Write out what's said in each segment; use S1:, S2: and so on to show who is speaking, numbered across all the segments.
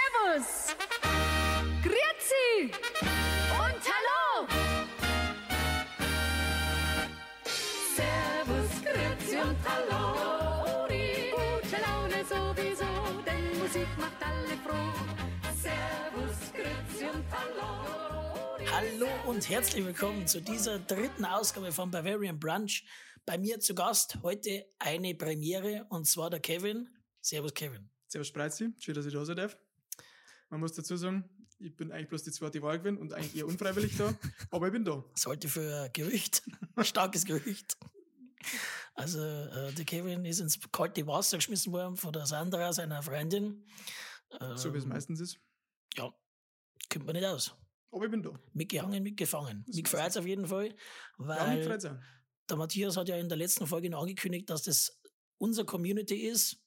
S1: Servus. Grüezi. Und hallo. Servus, Grüezi und hallo. Gute Laune sowieso, denn Musik macht alle froh. Servus, Grüezi und hallo.
S2: Hallo und herzlich willkommen zu dieser dritten Ausgabe von Bavarian Brunch. Bei mir zu Gast heute eine Premiere und zwar der Kevin. Servus Kevin.
S3: Servus Spreizi, schön, dass ich da sein darf. Man muss dazu sagen, ich bin eigentlich bloß die zweite Wahl gewesen und eigentlich eher unfreiwillig da, aber ich bin da.
S2: Sollte für ein Gerücht, ein starkes Gerücht. Also äh, der Kevin ist ins kalte Wasser geschmissen worden von der Sandra, seiner Freundin. Ähm,
S3: So wie es meistens ist.
S2: Ja, kommt man nicht aus.
S3: Aber ich bin da.
S2: Mitgehangen, mitgefangen. Mich freut auf jeden Fall,
S3: Ja, mich
S2: weil
S3: freut's auch.
S2: der Matthias hat ja in der letzten Folge noch angekündigt, dass das unsere Community ist.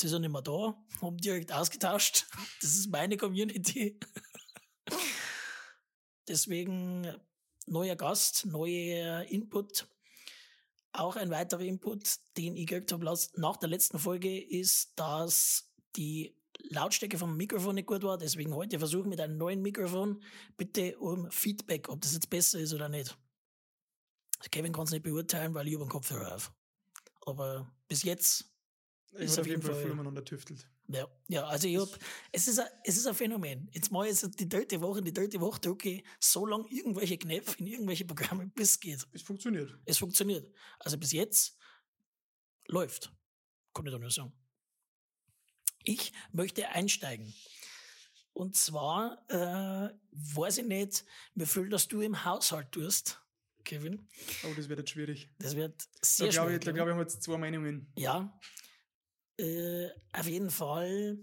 S2: Sie sind nicht mehr da, haben direkt ausgetauscht. Das ist meine Community. Deswegen neuer Gast, neuer Input. Auch ein weiterer Input, den ich gekriegt habe las- nach der letzten Folge, ist, dass die Lautstärke vom Mikrofon nicht gut war. Deswegen heute versuchen mit einem neuen Mikrofon bitte um Feedback, ob das jetzt besser ist oder nicht. Also Kevin kann es nicht beurteilen, weil ich über den Kopfhörer auf. Aber bis jetzt,
S3: Ich
S2: Ist
S3: hab
S2: auf
S3: auf
S2: jeden
S3: jeden Fall
S2: Fall-
S3: voll umeinander tüftelt.
S2: ja, ja also ich hab, es ist, ein, es ist ein Phänomen. Jetzt mache ich jetzt die dritte Woche, die dritte Woche drücke ich so lange irgendwelche Knöpfe in irgendwelche Programme, bis es geht.
S3: Es funktioniert.
S2: Es funktioniert. Also bis jetzt läuft. Kann ich da nur sagen. Ich möchte einsteigen. Und zwar, äh, weiß ich nicht, mir fühlt, dass du im Haushalt tust, Kevin.
S3: Aber das wird jetzt schwierig.
S2: Das wird
S3: Da
S2: sehr
S3: glaube
S2: schwierig.
S3: ich, da glaub ich, haben wir jetzt zwei Meinungen.
S2: Ja. Äh, auf jeden Fall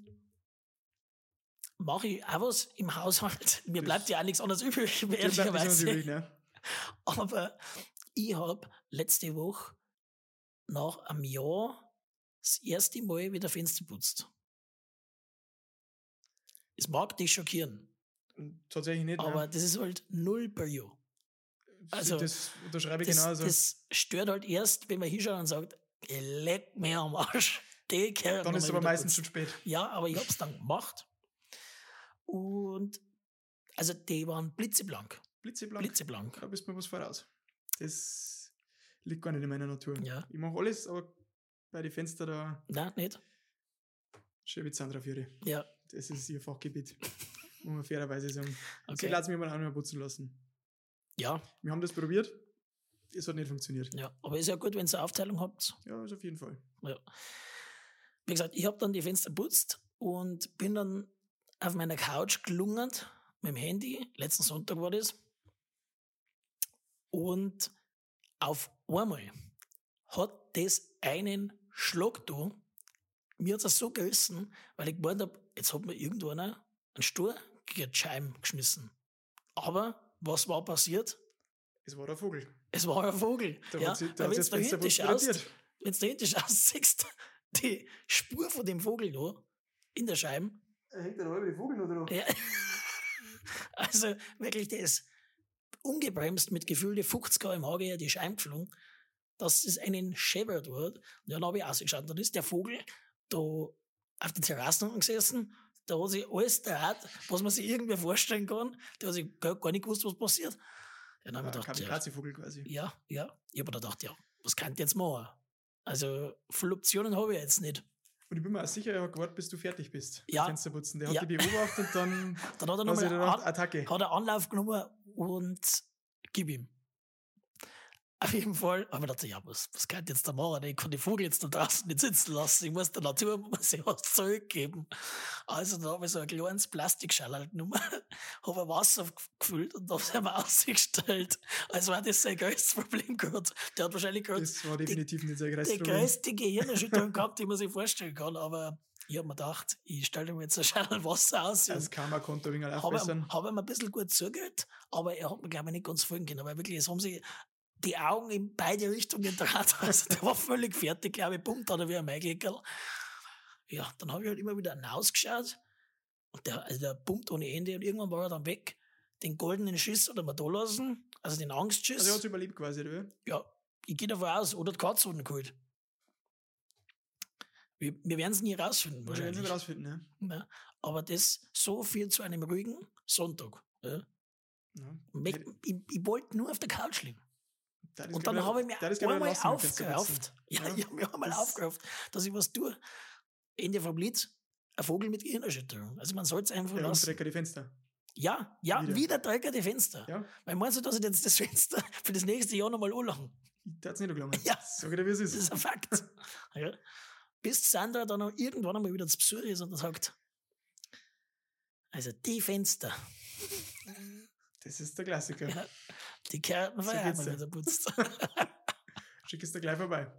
S2: mache ich auch was im Haushalt. Mir
S3: Das-
S2: bleibt ja auch nichts anderes übrig,
S3: Das bleibt nicht so
S2: ehrlicherweise.
S3: übrig, ne?
S2: Aber ich habe letzte Woche nach einem Jahr das erste Mal wieder Fenster putzt. Es mag dich schockieren,
S3: Tatsächlich nicht.
S2: aber
S3: ne?
S2: das ist halt null per Jahr. also,
S3: das unterschreibe ich
S2: Das,
S3: genauso.
S2: das stört halt erst, wenn man hinschaut und sagt, leck mir am Arsch. Die Kerl
S3: Dann
S2: noch
S3: ist es
S2: mal
S3: aber
S2: wieder
S3: meistens
S2: putzt.
S3: schon spät.
S2: Ja, aber ich hab's dann gemacht. Und also die waren blitzeblank.
S3: Blitzeblank.
S2: Blitzeblank.
S3: Da bist mir was voraus. Das liegt gar nicht in meiner Natur.
S2: Ja.
S3: Ich mache alles, aber bei den Fenstern da
S2: Nein, nicht?
S3: schreibe ich Sandra Fury.
S2: Ja,
S3: Das ist ihr Fachgebiet. Muss man fairerweise sagen. Sie
S2: okay.
S3: lässt mich mal auch noch putzen lassen.
S2: Ja,
S3: Wir haben das probiert. Es hat nicht funktioniert.
S2: ja. Aber ist ja gut, wenn ihr eine Aufteilung habt.
S3: Ja, ist auf jeden Fall.
S2: Wie gesagt, ich hab dann die Fenster putzt und bin dann auf meiner Couch gelungert mit dem Handy. Letzten Sonntag war das. Und auf einmal hat das einen Schlag da. Mir hat das so gerissen, weil ich gemeint habe, jetzt hat mir irgendwo einer einen Stuhl gegen die Scheibe geschmissen. Aber was war passiert?
S3: Es war der Vogel.
S2: Es war ein Vogel.
S3: Da
S2: ja,
S3: hat sie, da
S2: weil
S3: hat
S2: wenn's
S3: sie das Fenster
S2: dahinter schaust,
S3: explodiert.
S2: wenn du dahinter schaust, siehst du die Spur von dem Vogel da in der Scheibe.
S3: Da hängt der halbe Vogel noch drauf.
S2: Ja. Also wirklich, der ist ungebremst mit gefühlte 50 km/h gegen die Scheibe geflogen, dass es einen Schäber da hat. Und dann habe ich ausgeschaut, dann ist der Vogel da auf der Terrasse unten gesessen, da hat sich alles draht, was man sich irgendwie vorstellen kann, da hat sich gar gar nicht gewusst, was passiert. Ja, Dann
S3: Ja,
S2: habe ich gedacht, ja,
S3: Kamikaze-Vogel quasi.
S2: ja, ja. Ich habe mir gedacht, ja, was kann ich jetzt machen? Also, Fluktuationen habe ich jetzt nicht.
S3: Und ich bin mir auch sicher, er hat gewartet, bis du fertig bist.
S2: Ja.
S3: Fenster putzen. Der hat
S2: Ja.
S3: dich beobachtet und dann
S2: Dann hat er
S3: hat er
S2: nochmal
S3: gedacht, Attacke.
S2: hat er Anlauf genommen und gib ihm. Auf jeden Fall habe ich gedacht, ja, was, was kann ich jetzt da machen? Ich kann den Vogel jetzt da draußen nicht sitzen lassen. Ich muss der Natur muss ich was zurückgeben. Also dann habe ich so ein kleines Plastikschall halt genommen, habe ein Wasser gefüllt und habe es ihm ausgestellt. Also war das sein größtes Problem gerade. Der hat wahrscheinlich gerade
S3: Das war definitiv nicht sehr
S2: die
S3: gereist.
S2: größte Gehirnerschütterung gehabt, die man sich vorstellen kann. Aber ich habe mir gedacht, ich stelle mir jetzt ein Schall Wasser aus. und
S3: Das Karma-Konto wegen Also
S2: habe
S3: aufbessern.
S2: ihm, hab ihm ein bisschen gut zugehört, aber er hat mir, glaube ich, nicht ganz folgen können. Aber wirklich, es haben sie die Augen in beide Richtungen draht. Also der war völlig fertig, glaube ich, pumpt hat er wie ein Maigeckerl. Ja, dann habe ich halt immer wieder hinausgeschaut und der, also der pumpt ohne Ende und irgendwann war er dann weg. Den goldenen Schiss hat er mir da lassen, also den Angstschiss.
S3: Also er hat es überlebt quasi, oder?
S2: ja, ich gehe davon aus, oder die Katze unten geholt. Wir, wir werden es nie rausfinden
S3: Wir werden
S2: wahrscheinlich.
S3: es rausfinden, ne? ja.
S2: ja. Aber das so viel zu einem ruhigen Sonntag. Ja.
S3: ja.
S2: Ich, ich, ich wollte nur auf der Couch liegen.
S3: Da ist
S2: Und dann
S3: gerade-
S2: habe ich mir
S3: da ist gerade
S2: einmal
S3: lassen, wenn das so
S2: aufgerauft. Ja,
S3: Ja,
S2: ich habe mir einmal
S3: das-
S2: aufgerauft, dass ich was tue. Ende vom Lied, ein Vogel mit Gehirnerschütterung. Also man soll es einfach
S3: Ja, und
S2: lassen.
S3: Trecker die Fenster.
S2: Ja, ja,
S3: Wieder.
S2: wieder, Drecker die Fenster.
S3: Ja,
S2: Weil meinst du, dass ich jetzt das Fenster für das nächste Jahr nochmal anlachen?
S3: ich darf es nicht glauben.
S2: Ja.
S3: Sag ich dir, wie es
S2: Das ist
S3: ist.
S2: ein Fakt. ja. Bis Sandra dann auch irgendwann einmal wieder zu Besuch ist und dann sagt, also die Fenster,
S3: Das ist der Klassiker.
S2: Ja. die Kerben
S3: So
S2: verheiratet
S3: geht's dir.
S2: wieder putzt.
S3: Schick es dir gleich vorbei.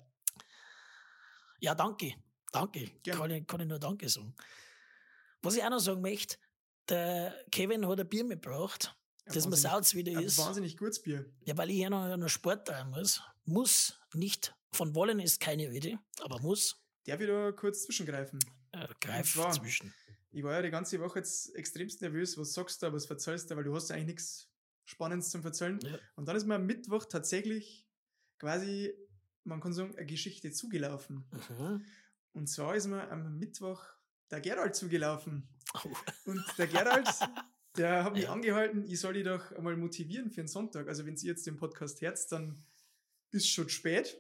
S2: Ja, danke. Danke.
S3: Gerne.
S2: Kann, ich, kann ich nur Danke sagen. Was ich auch noch sagen möchte, der Kevin hat ein Bier mitgebracht,
S3: Ein
S2: das mir
S3: wahnsinnig-
S2: sauz wieder
S3: Ein
S2: ist.
S3: wahnsinnig gutes Bier.
S2: Ja, weil ich ja noch, noch Sport treiben muss. Muss nicht. Von wollen ist keine Rede, aber muss.
S3: Darf ich da kurz zwischengreifen?
S2: Äh, greif
S3: zwar-
S2: zwischen.
S3: Ich war ja die ganze Woche jetzt extremst nervös, was sagst du, was verzählst du, weil du hast ja eigentlich nichts Spannendes zum Verzählen.
S2: Ja.
S3: Und dann ist mir am Mittwoch tatsächlich quasi, man kann sagen, eine Geschichte zugelaufen.
S2: Mhm.
S3: Und zwar ist mir am Mittwoch der Gerald zugelaufen.
S2: Oh.
S3: Und der Gerald, der hat mich
S2: Ja.
S3: angehalten, ich soll dich doch einmal motivieren für den Sonntag. Also wenn ihr jetzt den Podcast herzt, dann ist schon spät.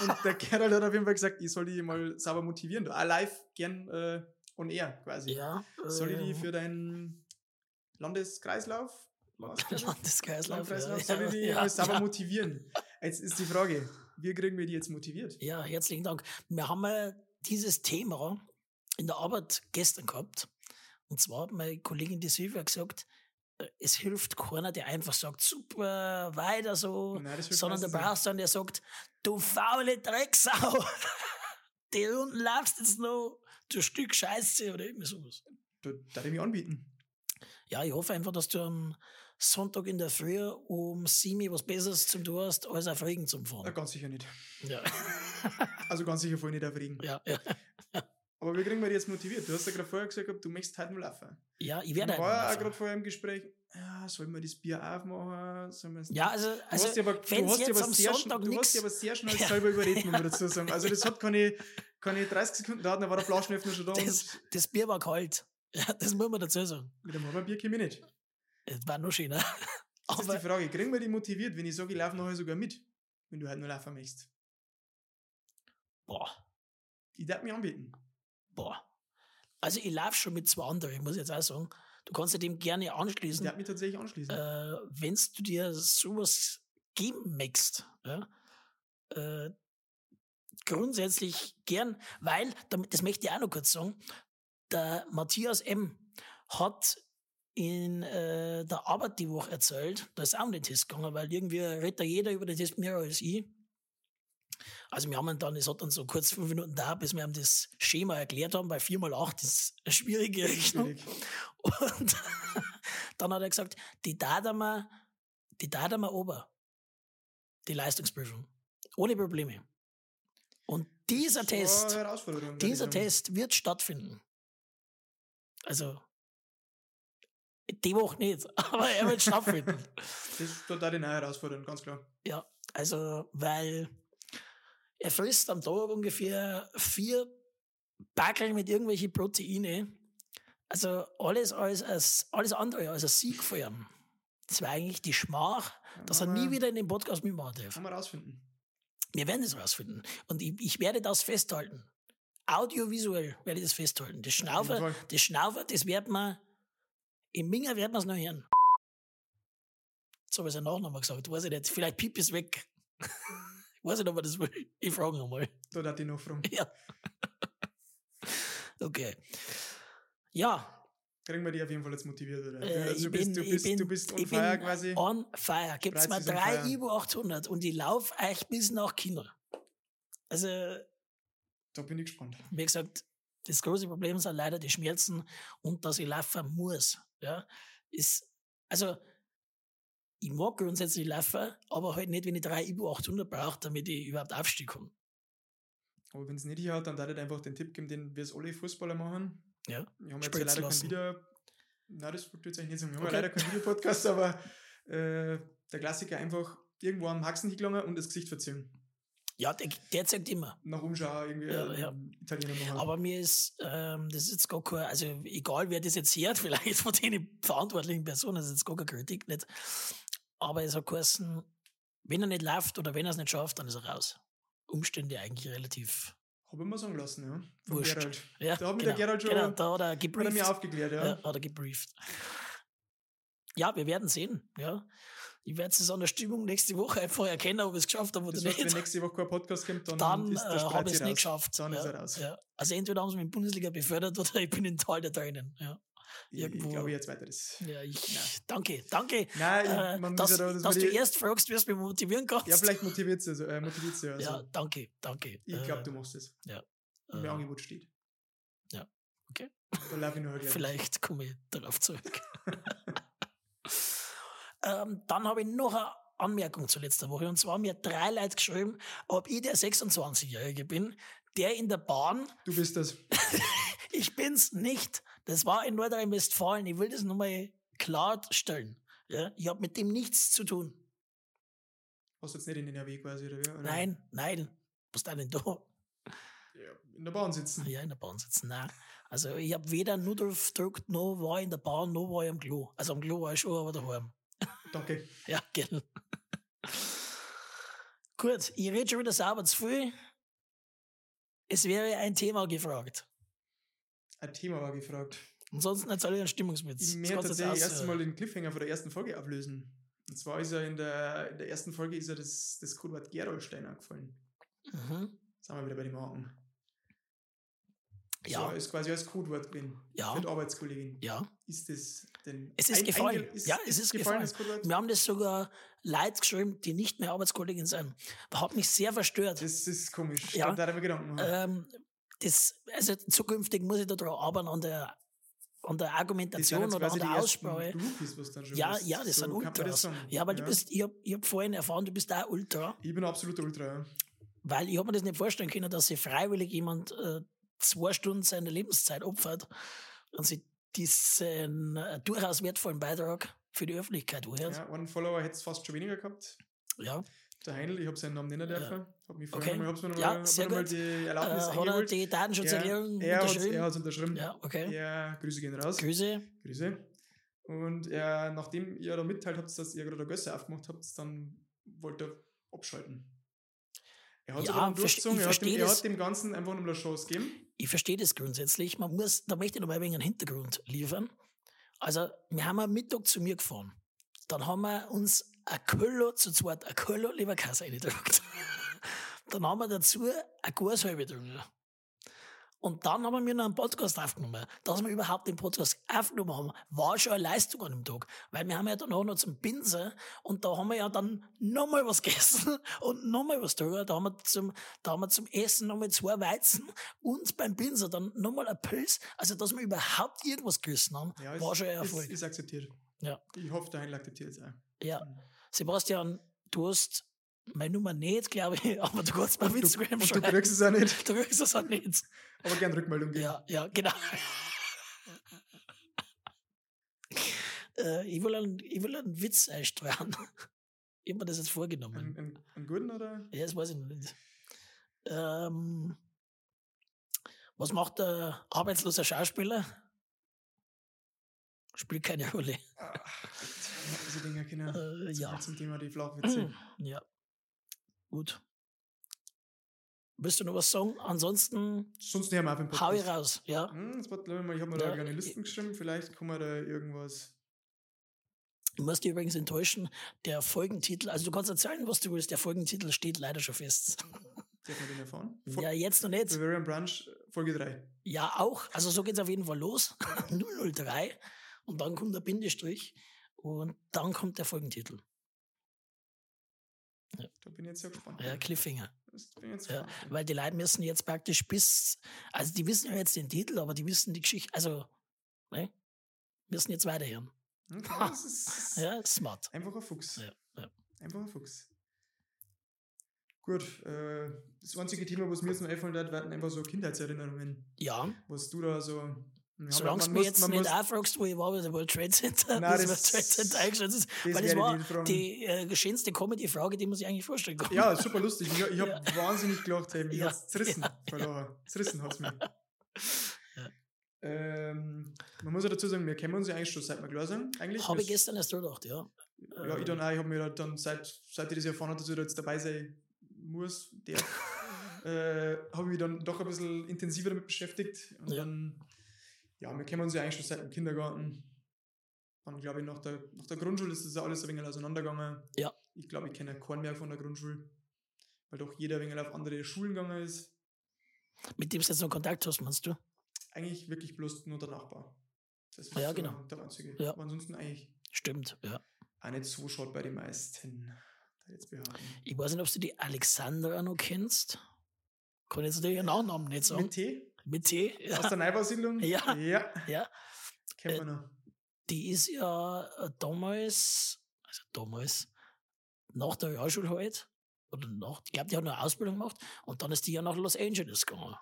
S3: Und der Gerald hat auf jeden Fall gesagt, ich soll dich mal sauber motivieren. Du, ah, live, gern äh, on air quasi.
S2: Ja.
S3: Soll ich die
S2: ähm,
S3: für deinen Landeskreislauf? Was?
S2: Landeskreislauf?
S3: Landeskreislauf?
S2: ja,
S3: Soll ich die
S2: ja,
S3: mal sauber
S2: ja.
S3: motivieren? Jetzt ist die Frage, wie kriegen wir die jetzt motiviert?
S2: Ja, herzlichen Dank. Wir haben äh, dieses Thema in der Arbeit gestern gehabt. Und zwar hat meine Kollegin die Silvia gesagt, äh, es hilft keiner, der einfach sagt, super, weiter so,
S3: Nein, Genau, das wird
S2: sondern da
S3: meistens nicht.
S2: brauchst du einen, der sagt, du faule Drecksau, die Runden laufst jetzt noch, du Stück Scheiße oder irgendwie sowas.
S3: Da darf ich mich anbieten.
S2: Ja, ich hoffe einfach, dass du am Sonntag in der Früh um 7 Uhr was Besseres zum tun hast, als auf Regen zum
S3: Na,
S2: Fahren.
S3: Ah, ganz sicher nicht.
S2: Ja,
S3: Also ganz sicher voll nicht aufregen.
S2: ja, ja.
S3: Aber wie kriegen wir die jetzt motiviert? Du hast ja gerade vorher gesagt, gehabt, du möchtest heute mal laufen.
S2: ja also- ich
S3: Ich
S2: werde halt einfach
S3: war ja auch
S2: laufen.
S3: gerade vorher im Gespräch, ja, sollen wir das Bier aufmachen? Sollen wir es
S2: Ja, also,
S3: Du
S2: also
S3: hast dich aber, du
S2: wenn's
S3: hast dich
S2: jetzt
S3: aber
S2: am
S3: sehr, schn-
S2: Sonntag
S3: Du hast
S2: nix-
S3: dich aber sehr schnell
S2: Ja.
S3: selber überredet, muss man dazu sagen. Also das hat keine, keine 30 Sekunden dauert, dann war der Flaschenöffner schon da
S2: das,
S3: und
S2: das Bier war kalt. Ja, das muss man dazu sagen.
S3: mit dem Hammerbier käme ich nicht.
S2: Es war noch schöner.
S3: Das ist
S2: Aber
S3: die Frage, kriegen wir die motiviert, wenn ich sage, ich laufe nachher sogar mit, wenn du halt nur laufen möchtest?
S2: boah,
S3: Ich darf mich anbieten.
S2: boah. Also ich laufe schon mit zwei anderen, muss ich jetzt auch sagen. Du kannst dir dem gerne
S3: Ich
S2: anschließen,
S3: darf mich tatsächlich anschließen.
S2: äh, wenn du dir sowas geben möchtest. Ja? Äh, grundsätzlich gern, weil, damit- das möchte ich auch noch kurz sagen, der Matthias M. hat in äh, der Arbeit die Woche erzählt, da ist auch um den Test gegangen, weil irgendwie redet da jeder über den Test mehr als ich. Also wir haben ihn dann, es hat dann so kurz fünf Minuten da, bis wir ihm das Schema erklärt haben, weil 4x8 ist eine schwierige Rechnung.
S3: Schwierig.
S2: Und dann hat er gesagt, die Dadamer, die Dadamer Ober, die Leistungsprüfung, ohne Probleme. Und dieser
S3: Das war eine
S2: Test,
S3: Herausforderung, würde ich
S2: dieser
S3: sagen.
S2: Test wird stattfinden. Also, die Woche nicht, aber er wird stattfinden.
S3: Das tut auch den auch herausfordern, ganz klar.
S2: Ja, also, weil er frisst am Tag ungefähr vier Backeln mit irgendwelchen Proteine. Also alles, als, als, alles andere als ein Sieg für ihn. Das war eigentlich die Schmach, dass er
S3: Aber-
S2: nie wieder in den Podcast mitmachen darf.
S3: Kann man rausfinden.
S2: Wir werden das rausfinden. Und ich, ich werde das festhalten. Audiovisuell werde ich das festhalten. Das
S3: jeden
S2: Schnaufer,
S3: Fall.
S2: das Schnaufer, das wird man, im Minger wird man es noch hören. So habe ich es ja nachher nochmal gesagt. Weiß ich nicht. Vielleicht Piep ist weg. Weiß ich nicht, ob man das will. Ich frage nochmal.
S3: Da darf ich noch fragen.
S2: Ja. Okay. Ja,
S3: Kriegen wir die auf jeden Fall jetzt motiviert, oder?
S2: äh,
S3: also
S2: ich
S3: du, bist,
S2: bin,
S3: du,
S2: ich
S3: bist,
S2: bin,
S3: du bist on
S2: ich bin
S3: fire quasi.
S2: on fire. Gibt es
S3: Spreiz
S2: mal
S3: ist on
S2: drei
S3: fire.
S2: Ibo 800 und ich laufe euch bis nach China. Also,
S3: Da bin ich gespannt.
S2: wie gesagt, das große Problem sind leider die Schmerzen und dass ich laufen muss. Ja, ist, also, ich mag grundsätzlich laufen, aber halt nicht, wenn ich drei Ibo 800 brauche, damit ich überhaupt aufstehen kann.
S3: Aber wenn es nicht hier hat, dann darf ich einfach den Tipp geben, den wir es alle Fußballer machen.
S2: Ja.
S3: Wir haben jetzt ja
S2: Spritzen
S3: leider kein
S2: lassen.
S3: Video. Nein, das wollte ich jetzt eigentlich nicht sagen. Wir haben
S2: Okay.
S3: ja leider keinen Videopodcast, aber äh, der Klassiker einfach irgendwo am Haxen hingelangen und das Gesicht verziehen.
S2: Ja, der, der zeigt immer.
S3: Nach Umschau irgendwie
S2: Ja,
S3: äh,
S2: ja.
S3: Italiener nochmal.
S2: Aber mir ist, ähm, das ist jetzt gar kein, also egal wer das jetzt hört, vielleicht von den verantwortlichen Personen, das ist jetzt gar keine Kritik nicht. Aber es hat geheißen, wenn er nicht läuft oder wenn er es nicht schafft, dann ist er raus. Umstände eigentlich relativ.
S3: Hab ich mir sagen lassen, ja. Von
S2: Wurscht.
S3: Gerald.
S2: Ja,
S3: Da hat mich
S2: genau,
S3: der Gerald schon-
S2: genau, da hat er
S3: Hat er
S2: gebrieft.
S3: mir aufgeklärt, ja.
S2: ja, hat er gebrieft. Ja, wir werden sehen. Ja. Ich werde es an der Stimmung nächste Woche einfach erkennen, ob ich es geschafft habe oder
S3: Das heißt, wenn
S2: nicht.
S3: nächste Woche kein Podcast kommt, dann,
S2: Dann äh,
S3: ist der Streit
S2: habe ich es
S3: raus.
S2: nicht geschafft.
S3: Dann
S2: ja,
S3: ist er raus.
S2: Ja. Also entweder haben sie mich in die Bundesliga befördert oder ich bin in den Tal der Tränen. Ja.
S3: Ich
S2: irgendwo-
S3: glaube, jetzt weiter das.
S2: Ja, ich,
S3: Ja.
S2: Danke, danke,
S3: Nein,
S2: äh,
S3: man
S2: dass,
S3: muss ja da,
S2: dass,
S3: man
S2: du
S3: die-
S2: erst fragst, wie es mich motivieren kannst.
S3: Ja, vielleicht motiviert es ja. Äh, motiviert's ja, also.
S2: Ja, danke, danke.
S3: Ich glaube, du machst es.
S2: äh,
S3: Wenn mir Angebot steht.
S2: ja. Okay.
S3: Dann laufe ich noch gleich.
S2: Vielleicht komme ich darauf zurück. ähm, dann habe ich noch eine Anmerkung zu letzter Woche. Und zwar haben mir drei Leute geschrieben, ob ich der 26-Jährige bin, der in der Bahn,
S3: Du bist das.
S2: ich bin's nicht. Das war in Nordrhein-Westfalen. Ich will das nur mal klarstellen. Ja, ich habe mit dem nichts zu tun.
S3: Hast du jetzt nicht in den RW quasi, oder? wie? Oder?
S2: Nein, nein. Was da denn da?
S3: Ja, in der Bahn sitzen.
S2: Ja, in der Bahn sitzen. Nein. Also ich habe weder Nudolf gedrückt, noch war ich in der Bahn, noch war ich am Klo. Also am Klo war ich schon, aber daheim.
S3: Danke.
S2: Ja, gell. Gut, ich rede schon wieder sauber zu viel. Es wäre ein Thema gefragt.
S3: Ein Thema war gefragt.
S2: Ansonsten erzähle ich einen Stimmungswitz.
S3: Ich
S2: Das
S3: mir
S2: kannst du jetzt
S3: tatsächlich das
S2: aus- äh,
S3: erste Mal den Cliffhanger von der ersten Folge ablösen. Und zwar ist ja in der, in der ersten Folge ist ja das, das Codewort Gerolstein angefallen.
S2: Mhm.
S3: Sagen wir wieder bei den Marken.
S2: Ja,
S3: So, ist quasi als Codewort drin.
S2: Ja.
S3: Für die Arbeitskollegin.
S2: ja.
S3: Ist das denn.
S2: Es ist gefallen. Ja, es ist gefallen.
S3: das Codewort?
S2: Wir haben das sogar Leute geschrieben, die nicht mehr Arbeitskollegin sind. Hat mich sehr verstört.
S3: Das ist komisch.
S2: Ja.
S3: Ja. Da hat er mir Gedanken gemacht.
S2: ähm, das, also zukünftig muss ich da drauf arbeiten an der, an der
S3: Das
S2: Argumentation
S3: sind jetzt
S2: oder an
S3: quasi die
S2: der
S3: ersten
S2: Aussprache.
S3: Groupies, was dann schon
S2: Ja,
S3: ist.
S2: ja, das
S3: So
S2: sind
S3: kann man das
S2: Ultras.
S3: sagen.
S2: Ja, aber du bist, ich habe ich hab vorhin erfahren, du bist auch Ultra,
S3: Ich bin ein absoluter Ultra. ja.
S2: weil ich habe mir das nicht vorstellen können, dass sich freiwillig jemand äh, zwei Stunden seiner Lebenszeit opfert und sich diesen äh, durchaus wertvollen Beitrag für die Öffentlichkeit holt.
S3: Ja, One Follower hätte es fast schon weniger gehabt.
S2: Ja.
S3: Der Heinl, ich habe seinen Namen nennen
S2: Ja.
S3: dürfen. Hab mich vorher
S2: Okay.
S3: nochmal, hab's mir
S2: Ja,
S3: nochmal, hab
S2: sehr
S3: mir nochmal
S2: gut.
S3: die
S2: Äh,
S3: Erlaubnis
S2: hat er
S3: eingeholt.
S2: die Datenschutzerklärung
S3: er hat's-
S2: unterschrieben?
S3: Er hat es unterschrieben.
S2: ja, okay.
S3: Ja, Grüße gehen raus.
S2: Grüße.
S3: Grüße. Und er, nachdem ihr da mitteilt habt, dass ihr gerade eine Gösse aufgemacht habt, dann wollte er abschalten. Er hat
S2: Ja,
S3: ja, dann
S2: verste-
S3: durchgezogen,
S2: ich
S3: er, hat dem,
S2: versteh
S3: er
S2: das.
S3: hat dem Ganzen einfach nur eine Chance gegeben.
S2: ich verstehe das grundsätzlich. Man muss, da möchte ich noch mal ein wenig einen Hintergrund liefern. Also, wir haben am Mittag zu mir gefahren. Dann haben wir uns ein Köller zu zweit, ein Köller Leberkäse reingedrückt. dann haben wir dazu ein gutes halbe getrunken. Und dann haben wir noch einen Podcast aufgenommen. Dass wir überhaupt den Podcast aufgenommen haben, war schon eine Leistung an dem Tag. Weil wir haben ja danach noch zum Pinsel und da haben wir ja dann nochmal was gegessen und nochmal was drüber. Da haben wir zum, da haben wir zum Essen nochmal zwei Weizen und beim Pinsel dann nochmal ein Pilz. Also, dass wir überhaupt irgendwas gegessen haben,
S3: Ja,
S2: war schon ein
S3: ist,
S2: Erfolg.
S3: ist, ist akzeptiert.
S2: Ja.
S3: Ich hoffe, der Heinl akzeptiert es auch.
S2: ja.
S3: Mhm.
S2: Sebastian, du hast meine Nummer nicht, glaube ich, aber du kannst mir auf Instagram
S3: Und du
S2: schreiben.
S3: kriegst es auch nicht,
S2: Du kriegst das auch nicht.
S3: aber gern Rückmeldung geben.
S2: Ja, ja, genau. äh, ich, will einen, ich will einen Witz einsteuern. Ich habe mir das jetzt vorgenommen.
S3: Einen, einen, einen guten oder?
S2: Ja, das weiß ich noch nicht. Ähm, was macht der arbeitslose Schauspieler? Spielt keine Rolle.
S3: Diese Dinger, genau.
S2: Äh,
S3: Jetzt
S2: ja. Hm.
S3: mal Zum Thema die Flachwitze.
S2: Ja. Gut. Willst du noch was sagen? Ansonsten
S3: Sonst nehmen wir auf den
S2: hau ich
S3: Podcast.
S2: raus. Ja.
S3: Hm, das war, glaub ich, mal, ich habe mir
S2: Ja,
S3: da keine
S2: ich-
S3: Listen geschrieben. Vielleicht kann man da irgendwas.
S2: Ich muss dich übrigens enttäuschen. Der Folgentitel, also du kannst erzählen, was du willst. Der Folgentitel steht leider schon fest.
S3: Darf man den erfahren? Fol
S2: Ja, jetzt noch nicht.
S3: Bavarian Brunch, Folge 3.
S2: Ja, auch. Also so geht's auf jeden Fall los. 003. Und dann kommt der Bindestrich. Und dann kommt der Folgentitel.
S3: Da bin ich jetzt sehr gespannt.
S2: Ja, Cliffhanger.
S3: Das bin ich jetzt
S2: Ja,
S3: gespannt.
S2: weil die Leute müssen jetzt praktisch bis, also die wissen ja jetzt den Titel, aber die wissen die Geschichte, also, ne? Müssen jetzt weiterhören.
S3: Okay, das ist
S2: Ah, Ja, smart.
S3: einfach ein Fuchs.
S2: Ja, ja.
S3: Einfach ein Fuchs. Gut, äh, das einzige Thema, was mir jetzt noch einfallen wird, werden einfach so Kindheitserinnerungen.
S2: Ja,
S3: Was du da so Ja,
S2: Solange du
S3: man
S2: mich
S3: muss-
S2: jetzt
S3: man
S2: nicht
S3: muss-
S2: anfragst, wo ich war bei der World Trade Center,
S3: Nein,
S2: das,
S3: das-
S2: World Trade Center eingeschätzt ist,
S3: das
S2: weil
S3: werde
S2: das
S3: ich
S2: war
S3: nicht fragen.
S2: die äh, schönste Comedy-Frage, die man sich eigentlich vorstellen kann.
S3: Ja, super lustig. Ich, ich habe wahnsinnig gelacht, hey, mich
S2: Ja,
S3: hat's zerrissen.
S2: ja,
S3: verloren. Zerrissen hat's mich.
S2: Ja.
S3: Ähm, man muss ja dazu sagen, wir kennen uns ja eigentlich schon seit wir klar sind. Eigentlich.
S2: Habe ich
S3: Wir-
S2: gestern erst gedacht, ja. Äh,
S3: Ja, ich dann auch. Ich habe mir da dann, seit, seit ich das erfahren habe, dass ich da jetzt dabei sein muss, der, äh, habe ich mich dann doch ein bisschen intensiver damit beschäftigt. Und
S2: Ja.
S3: dann, ja, wir kennen uns ja eigentlich schon seit dem Kindergarten. Dann glaube ich, nach der, nach der Grundschule ist das ja alles ein wenig auseinandergegangen.
S2: Ja.
S3: Ich glaube, ich kenne keinen mehr von der Grundschule, weil doch jeder ein wenig auf andere Schulen gegangen ist.
S2: Mit dem du jetzt noch Kontakt hast, meinst du?
S3: Eigentlich wirklich bloß nur der Nachbar. Das ist
S2: Ja,
S3: so
S2: genau.
S3: der einzige.
S2: Ja.
S3: Aber ansonsten eigentlich
S2: Stimmt, ja.
S3: auch nicht so schaut bei den meisten. da Jetzt behaupten.
S2: Ich weiß nicht, ob du die Alexandra noch kennst. Kann jetzt natürlich ihren Nachnamen nicht sagen.
S3: Mit Tee?
S2: Mit T. Ja.
S3: Aus der Neubausiedlung?
S2: Ja.
S3: Ja,
S2: ja. Äh,
S3: kennt man noch.
S2: Die ist ja äh, damals, also damals, nach der Realschule halt, oder nach, ich glaube, die hat noch eine Ausbildung gemacht und dann ist die ja nach Los Angeles gegangen.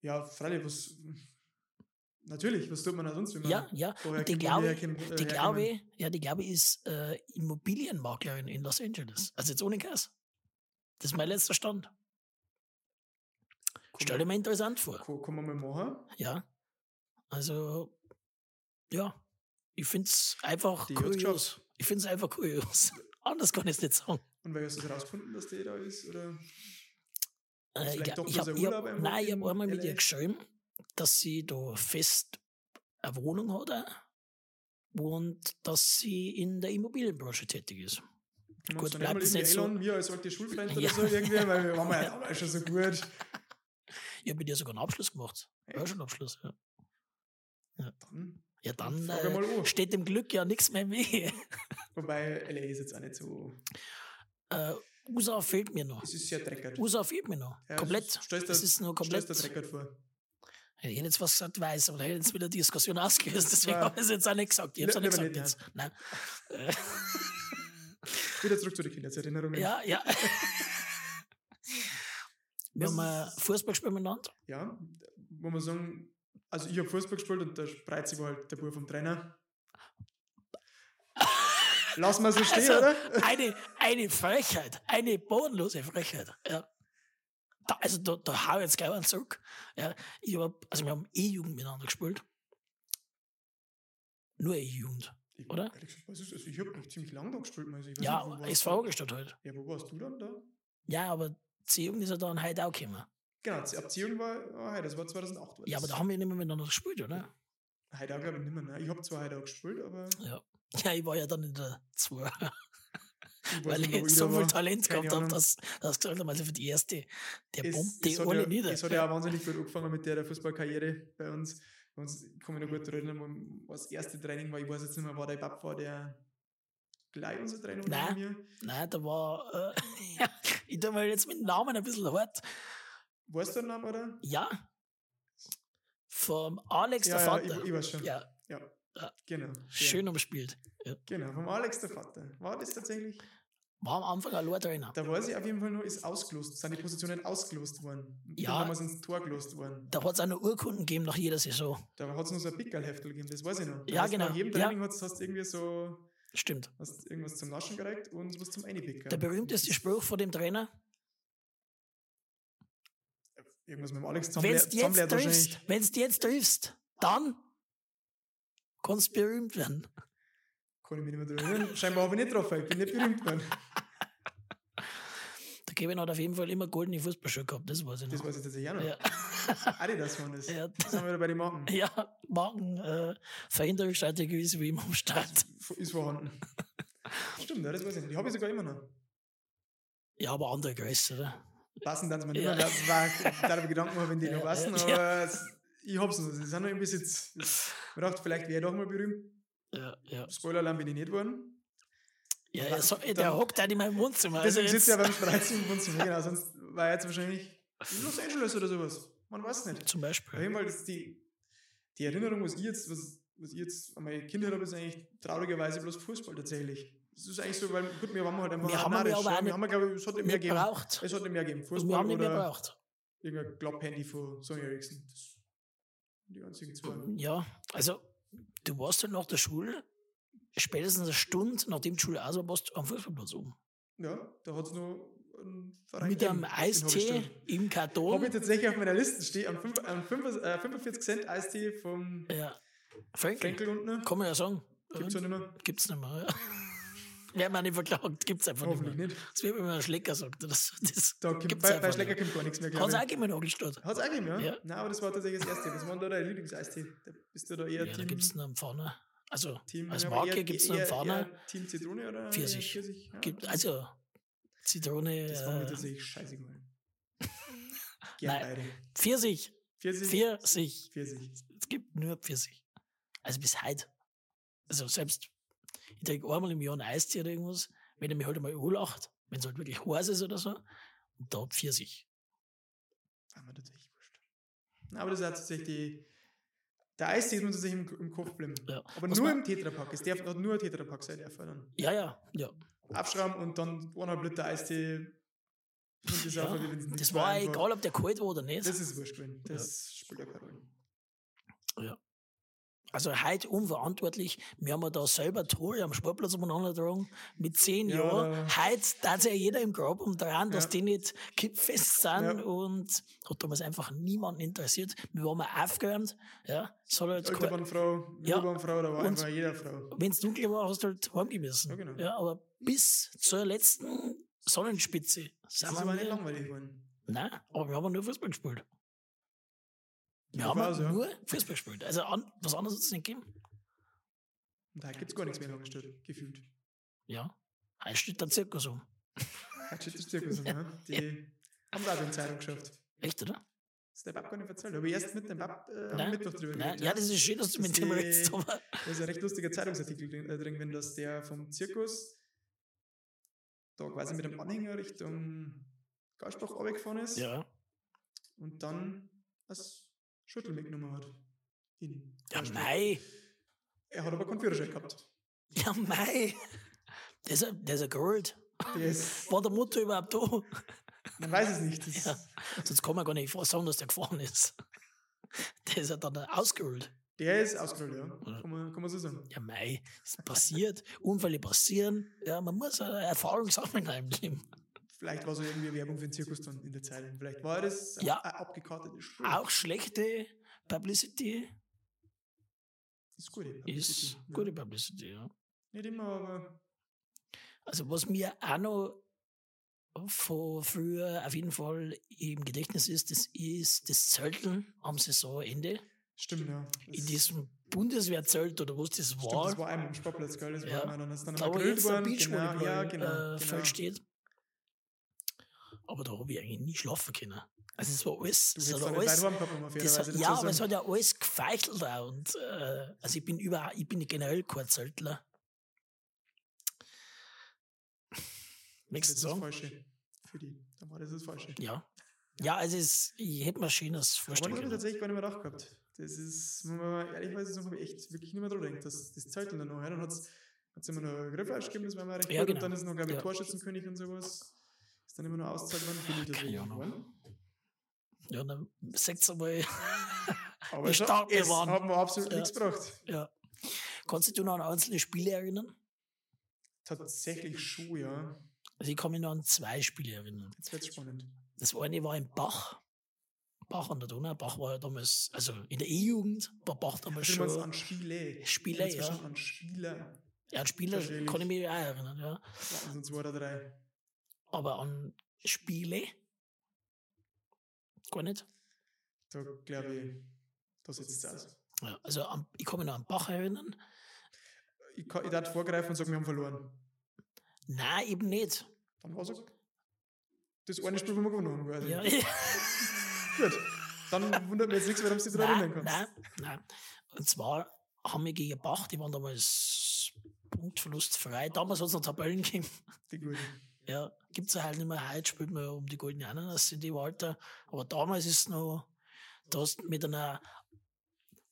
S3: Ja, freilich, was. Natürlich, was tut man da sonst, wenn man.
S2: Ja, ja.
S3: woher
S2: und die
S3: kennt man,
S2: glaube
S3: woher
S2: ich-
S3: kennt- äh,
S2: Die
S3: herkennt man?
S2: glaube, ja, die glaube ist äh, Immobilienmaklerin in Los
S3: Hm.
S2: Angeles. Also jetzt ohne Gas. Das ist mein letzter Stand. Stell dir mal interessant vor.
S3: Ko- Kann man mal machen.
S2: Ja. Also, ja. Ich finde es einfach
S3: Die hat's
S2: kurios. Ich finde es einfach kurios. Anders kann ich es nicht sagen.
S3: Und wer hast du das rausgefunden, dass der da ist? Oder?
S2: Äh,
S3: vielleicht
S2: ich glaub,
S3: doch
S2: ich
S3: bloß
S2: hab,
S3: ein
S2: ich
S3: Urlaub
S2: hab,
S3: irgendwo
S2: nein, ich
S3: in
S2: habe einmal mit ihr
S3: LA?
S2: geschrieben, dass sie da fest eine Wohnung hat auch und dass sie in der Immobilienbranche tätig ist.
S3: Kann man
S2: Gut,
S3: uns dann
S2: bleibt
S3: mal
S2: es
S3: irgendwie
S2: nicht so-
S3: einladen, Wir als alte Schulfreunde
S2: Ja.
S3: oder so irgendwie, weil wir waren ja damals schon so gut.
S2: Ich habe mit ihr sogar einen Abschluss gemacht.
S3: Echt?
S2: Ja, schon Abschluss. Ja,
S3: Dann,
S2: ja dann
S3: frag mal
S2: äh,
S3: an.
S2: steht dem Glück ja nichts mehr im Wege.
S3: Wobei, LA ist jetzt auch nicht so.
S2: Äh, USA fehlt mir noch.
S3: Es ist sehr dreckert.
S2: USA fehlt mir noch.
S3: Ja,
S2: komplett.
S3: es ist- stellst dir-
S2: Das ist nur komplett.
S3: Stellst dir
S2: Hätte
S3: dreckert vor.
S2: ich jetzt was gesagt, weiß, aber da hätte jetzt wieder die Diskussion ausgelöst. Deswegen
S3: Ja.
S2: habe ich es jetzt auch nicht gesagt. Ich habe es auch nicht
S3: Lieber
S2: gesagt
S3: nicht,
S2: jetzt. Nein. Äh,
S3: Wieder zurück zu den Kindheitserinnerungen.
S2: Ja, ja. Wir
S3: Was
S2: haben äh, ein
S3: ist-
S2: Fußballspiel miteinander.
S3: ja, muss man sagen, also ich habe Fußball gespielt und der Spreizi war halt der Bub vom Trainer. Lass mal so stehen,
S2: Also-
S3: oder?
S2: Eine, eine Frechheit, eine bodenlose Frechheit. Ja. Da, also da, da hau ich jetzt gleich einen zurück. Ja, ich hab, also wir haben E-Jugend miteinander gespielt. Nur E-Jugend.
S3: Ich-
S2: oder?
S3: ehrlich gesagt, weiß ich also ich habe ziemlich lang da gespielt. Also ich weiß
S2: Ja,
S3: nicht, wo warst
S2: SV
S3: du?
S2: gestört halt.
S3: Ja, wo warst du dann da?
S2: Ja, aber C-Jugend ist ja dann heute auch gekommen.
S3: Genau, die Abziehung war, oh, hey, das war 2008. War
S2: Ja, aber
S3: das.
S2: da haben wir nicht mehr miteinander gespielt, oder?
S3: Heidau glaube ich nicht mehr. Ne? Ich habe zwar Heidau gespielt, aber
S2: Ja. Ja, ich war ja dann in der 2.
S3: ich weiß
S2: weil
S3: nicht, mehr, wo
S2: ich
S3: ich
S2: so
S3: da
S2: viel
S3: war.
S2: Talent
S3: Keine
S2: gehabt habe,
S3: Ahnung.
S2: dass dass ich gesagt habe, also für die erste, der
S3: Es,
S2: bombt
S3: es,
S2: die
S3: hat
S2: alle
S3: ja,
S2: nieder.
S3: es hat ja auch wahnsinnig gut angefangen mit der, der Fußballkarriere bei uns. Bei uns ich kann mich noch gut erinnern, wo- was das erste Training war. Ich weiß jetzt nicht mehr, war der Bab war der gleich unser Trainer oder
S2: Nein.
S3: mir.
S2: Nein, da war, äh, ja, ich tue mal jetzt mit dem Namen ein bisschen hart.
S3: Weißt du den Namen, oder?
S2: Ja. Vom Alex
S3: Ja,
S2: der
S3: ja, ich,
S2: Vater.
S3: ich weiß schon.
S2: Ja,
S3: Genau. der.
S2: schön umspielt.
S3: Genau, vom Alex der Vater. War das tatsächlich?
S2: War am Anfang ein Lordrainer.
S3: Da weiß ich auf jeden Fall nur, ist ausgelost, sind die Positionen ausgelost worden. Und
S2: Ja.
S3: Dann haben wir es ins Tor gelost worden.
S2: Da hat es auch noch Urkunden gegeben nach jeder Saison.
S3: Da hat es noch so ein Pickerlheftel gegeben, das weiß ich noch. Da
S2: Ja,
S3: hast du
S2: genau.
S3: Nach jedem
S2: Ja.
S3: Training hast, hast du irgendwie so
S2: Stimmt.
S3: hast irgendwas zum Naschen gereicht und was zum Einpicken.
S2: Der berühmteste Spruch von dem Trainer,
S3: Irgendwas mit dem Alex
S2: wenn
S3: zusammenle-
S2: du jetzt
S3: zusammenleert
S2: triffst, wenn du jetzt triffst, dann kannst du berühmt werden.
S3: Kann ich mich nicht mehr drüber erinnern. Scheinbar habe ich nicht getroffen, ich bin nicht berühmt worden.
S2: Der Kevin hat auf jeden Fall immer goldene Fußballschuhe gehabt, das weiß ich
S3: Das
S2: noch.
S3: weiß ich tatsächlich auch noch.
S2: ja.
S3: Adidas waren das.
S2: Ja.
S3: Das haben wir wieder bei den Marken.
S2: Ja, morgen äh, Verhinderungsstrategie ist wie immer am Start.
S3: Ist vorhanden. Stimmt, ja, das weiß ich nicht. Die habe ich sogar immer noch.
S2: Ja, aber andere Größe, oder?
S3: passen dann nicht
S2: Ja.
S3: mehr. Da war da hab ich Gedanken gemacht, wenn die noch
S2: Ja,
S3: passen,
S2: ja.
S3: aber es- ich hab's noch. Sie sind noch im Besitz. Ich dachte, vielleicht wäre ich doch mal berühmt.
S2: Ja, ja.
S3: Spoiler Alarm bin ich nicht worden.
S2: ja,
S3: Ja,
S2: ja so, der
S3: dann-
S2: hockt halt in meinem Wohnzimmer. Also
S3: Deswegen
S2: jetzt,
S3: sitzt er beim Spreizen im Wohnzimmer. Genau, sonst war er jetzt wahrscheinlich in Los Angeles oder sowas. Man weiß nicht.
S2: zum
S3: Auf
S2: Beispiel.
S3: jeden Fall ist die, die Erinnerung, was ich jetzt, was, was ich jetzt an meine Kindheit habe, ist eigentlich traurigerweise bloß Fußball tatsächlich. Das ist eigentlich so, weil gut, wir waren halt einfach
S2: Wir haben
S3: narrisch,
S2: aber auch
S3: ja.
S2: nicht-
S3: wir haben, glaube ich, es hat nicht mehr
S2: Nicht
S3: gegeben.
S2: braucht.
S3: Es hat nicht mehr gegeben.
S2: Wir
S3: Fußball
S2: haben nicht mehr
S3: oder
S2: braucht.
S3: irgendein Klapphandy von Sony Ericsson. Das die ganzen Jugendlichen.
S2: Ja, also du warst halt nach der Schule, spätestens eine Stunde, nachdem die Schule aus war, warst du am Fußballplatz oben.
S3: Ja, da hat es nur einen Verein
S2: Mit einem
S3: gegeben, den hab ich
S2: Eistee
S3: stimmt.
S2: im
S3: Habe
S2: Karton.
S3: ich tatsächlich auf meiner Liste stehen, am, fünf- am fünf- äh, 45 Cent Eistee vom
S2: Ja. Frank,
S3: Frenkel unten.
S2: kann man ja sagen.
S3: Gibt's ja nicht mehr.
S2: Gibt's nicht mehr. Ja. Werden wir nicht verklagt, gibt's einfach nicht
S3: Hoffentlich
S2: mehr.
S3: nicht.
S2: Das wird, wenn man Schlecker sagt. oder so. Das
S3: Da kommt,
S2: gibt's
S3: bei, bei
S2: einfach
S3: Schlecker
S2: nicht.
S3: kommt gar nichts mehr,
S2: Hat's
S3: glaube
S2: auch
S3: ich.
S2: gegeben in Nagelstadt.
S3: Hat es auch gegeben, ja?
S2: Ja.
S3: Nein, aber das war tatsächlich das Erste. Was war denn da dein Lieblingseistee? Da bist du da
S2: Ja,
S3: eher
S2: da
S3: Team...
S2: gibt's noch einen Pfanner. Also,
S3: Team
S2: als
S3: ja, aber
S2: Marke
S3: eher-
S2: gibt's noch einen
S3: eher-
S2: Pfanner.
S3: eher Team Zitrone oder eher
S2: Pfirsich.
S3: Pfirsich? Ja.
S2: Gibt, also, Zitrone,
S3: das war mir
S2: äh,
S3: tatsächlich scheißegal. Gern
S2: Nein.
S3: beide.
S2: Pfirsich,
S3: Pfirsich.
S2: Pfirsich.
S3: Pfirsich.
S2: Es gibt nur Pfirsich. Also bis heute. Also selbst, ich trinke einmal im Jahr einen Eistee oder irgendwas, wenn er mich halt einmal anlacht, wenn es halt wirklich heiß ist oder so, und da Pfirsich.
S3: Ah, mir tatsächlich wurscht. Na, aber das ist auch tatsächlich die... Der Eistee ist mir tatsächlich im, im Kopf geblieben.
S2: Ja.
S3: Aber
S2: Was
S3: nur
S2: man-
S3: im Tetrapack. Es darf hat nur ein Tetrapack sein, der dann.
S2: Ja, ja, ja.
S3: Abschrauben und dann eineinhalb Liter Eistee. Und das, ist
S2: Ja,
S3: einfach, wenn's nicht
S2: Das war
S3: einfach-
S2: egal, ob der kalt war oder nicht.
S3: Das ist wurscht gewesen. Das spielt ja keine Rolle.
S2: Also heute unverantwortlich. Wir haben ja da selber Tore am Sportplatz umeinander getragen. Mit zehn
S3: Ja,
S2: Jahren.
S3: da-
S2: Heute darf ja jeder im Grab umdrehen, dass
S3: Ja.
S2: die nicht kippfest sind
S3: Ja.
S2: und hat damals einfach niemanden interessiert. Wir waren mal aufgeräumt. Ja, soll halt
S3: Alte Bahnfrau,
S2: Ja.
S3: ja. Bahnfrau, da war
S2: Und-
S3: einfach jeder Frau.
S2: wenn es dunkel war, hast du halt heimgehen müssen.
S3: Ja, genau.
S2: ja, aber bis zur letzten Sonnenspitze.
S3: Das
S2: Sind
S3: ist
S2: wir
S3: aber nicht
S2: nie-
S3: langweilig geworden.
S2: Nein, aber wir haben nur Fußball gespielt. Wir
S3: Ja,
S2: haben
S3: quasi, ja.
S2: nur Fußball gespielt. Also an, was anderes hat es nicht gegeben.
S3: Und da gibt es gar nichts mehr angestellt, gefühlt.
S2: Ja. Heute steht der Zirkus um.
S3: Hat schon das Zirkus, ne? Die haben da auch die Zeitung geschafft.
S2: Echt, oder?
S3: Das ist der Bab gar nicht erzählt. Habe ich erst mit dem Bab äh,
S2: Nein.
S3: am Mittwoch drüber
S2: Nein,
S3: geredet,
S2: ja, das ist schön, dass du mit
S3: Dass
S2: dem
S3: die-
S2: redest, aber
S3: Da ist eh ein recht lustiger Zeitungsartikel drin, äh, drin gewesen, dass der vom Zirkus da quasi mit einem Anhänger Richtung Gaspach runtergefahren ist
S2: ja,
S3: und dann das Schüttel mitgenommen hat. In
S2: ja
S3: Gaspach.
S2: mei,
S3: Er hat aber keinen Führerschein gehabt.
S2: ja mei. Der ist, ein- der ist ein Gold.
S3: Der ist,
S2: War der Mutter überhaupt da?
S3: man weiß es nicht. Das
S2: Ja. Sonst kann man gar nicht sagen, dass der gefahren ist. Der ist ja dann ausgerollt.
S3: Der ist ausgerollt, ja.
S2: Ja.
S3: Kann man, kann man so sagen.
S2: Ja, mei, es passiert, Unfälle passieren. Ja, man muss eine Erfahrung sammeln im Leben.
S3: Vielleicht war so irgendwie Werbung für den Zirkus dann in der Zeitung. Vielleicht war das
S2: Ja.
S3: eine abgekartete Schule.
S2: Auch schlechte Publicity
S3: Ist gut.
S2: ist
S3: ja.
S2: gute Publicity, ja.
S3: Nicht immer, aber
S2: Also was mir auch noch von früher auf jeden Fall im Gedächtnis ist, das ist das Zelteln am Saisonende
S3: stimmt, ja. Das,
S2: in diesem Bundeswehrzelt oder was das
S3: stimmt,
S2: war.
S3: das war einmal am Sportplatz, gell? Das
S2: Ja.
S3: war einmal, dann ist dann
S2: da wo
S3: einmal gegrillt
S2: jetzt ein
S3: worden. Genau, ja,
S2: Beachvolleyball
S3: genau.
S2: äh,
S3: genau.
S2: Feld steht. Aber da habe ich eigentlich nie schlafen können. Also es war alles,
S3: Du
S2: es
S3: hättest
S2: hat
S3: da nicht
S2: alles
S3: weit rumgekommen, auf jeden
S2: Das
S3: Fall. Also
S2: hat, ja, aber es hat ja alles gefeichelt auch. Und, äh, also ich bin über, ich bin generell kein Zeltler.
S3: Das
S2: Nächste
S3: ist das
S2: Song?
S3: Falsche. Für die. Dann war das das Falsche.
S2: Ja. Ja, also es, ich hätte mir Schönes
S3: Aber
S2: vorstellen
S3: das habe ich
S2: können.
S3: tatsächlich gar nicht mehr gedacht gehabt. Das ist, wenn man ehrlich sagen, habe ich echt wirklich nicht mehr dran gedacht. Das, das zählt dann noch. Ja. Dann hat es immer noch Grillfleisch gegeben, das war mal recht
S2: Ja,
S3: gut.
S2: genau.
S3: Und dann ist noch, glaube ich,
S2: Ja.
S3: Torschützenkönig und sowas. Ist dann immer noch auszahlt worden. Finde ich tatsächlich
S2: Ahnung.
S3: geworden.
S2: Ja, dann seht einmal.
S3: Aber
S2: Wie
S3: es
S2: stark
S3: hat,
S2: wir
S3: es
S2: waren.
S3: hat mir absolut
S2: Ja.
S3: nichts gebracht.
S2: Ja. Kannst du dich noch an einzelne Spiele erinnern?
S3: Tatsächlich Schuh, ja.
S2: Also ich kann mich noch an zwei Spiele erinnern.
S3: Jetzt wird es spannend.
S2: Das eine war in Bach. Bach an der Donau. Bach war ja damals, also in der E-Jugend war Bach damals
S3: Schon
S2: schon.
S3: Also an Spiele.
S2: Spiele,
S3: Jetzt
S2: ja.
S3: schon An Spiele.
S2: Ja, an Spieler
S3: Natürlich.
S2: kann ich mich auch erinnern, ja.
S3: Ja, sind zwei oder drei.
S2: Aber an Spiele? Gar nicht.
S3: Da glaube ich, da sitzt es aus.
S2: Ja, also am, ich kann mich noch an Bach erinnern.
S3: Ich, kann, ich darf vorgreifen und sagen, wir haben verloren.
S2: Nein, eben nicht.
S3: Dann war es das eine Spiel, wo wir gewonnen haben. quasi.
S2: Ja,
S3: Gut. Dann wundert mich jetzt nichts, warum du dich daran
S2: nein,
S3: erinnern kannst.
S2: nein, nein. Und zwar haben wir gegen Bach, die waren damals punktverlustfrei. Damals hat es noch Tabellen gegeben.
S3: Die Gute.
S2: Ja, gibt es ja halt nicht mehr. Heute spielt man ja um die goldene Ananas in dem Alter. Aber damals ist noch, da hast du mit einer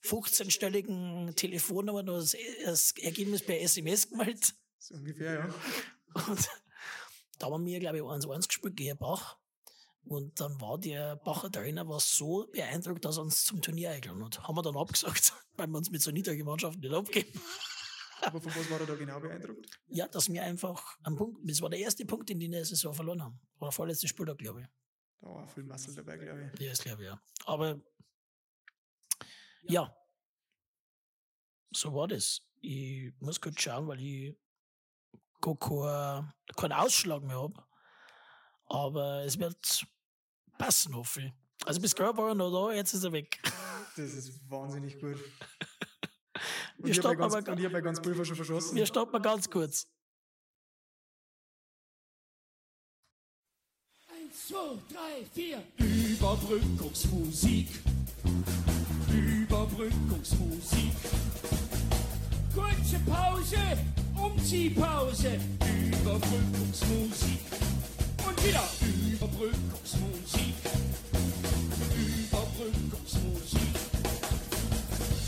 S2: 15-stelligen Telefonnummer noch das, das Ergebnis per SMS gemeldet.
S3: So ungefähr, ja.
S2: Und da haben wir, glaube ich, 1-1 gespielt gegen Bach. Und dann war der Bacher Trainer war so beeindruckt, dass er uns zum Turnier eingeladen hat. Haben wir dann abgesagt, weil wir uns mit so niedrigen Mannschaften nicht abgeben.
S3: Aber von was war er da genau beeindruckt?
S2: Ja, dass wir einfach am Punkt, das war der erste Punkt, den die in der Saison verloren haben. War der vorletzte Spieltag, glaube ich.
S3: Da war viel Muscle dabei, glaube ich.
S2: Ja, das glaube ich, ja. Aber ja, so war das. Ich muss kurz schauen, weil ich gar kein- keinen Ausschlag mehr habe. Aber es wird passen, hoffe ich. Also bis gerade war er noch da, jetzt ist er weg.
S3: Das ist wahnsinnig gut. Und
S2: Wir
S3: ich habe
S2: stoppen
S3: ja ganz,
S2: aber
S3: und ich hab ja ganz Pulver schon verschossen.
S2: Wir stoppen ganz kurz.
S4: Eins, zwei, drei, vier. Überbrückungsmusik. Überbrückungsmusik. Kurze Pause, Umziehpause. Überbrückungsmusik. Und wieder Überbrückungsmusik. Überbrückungsmusik.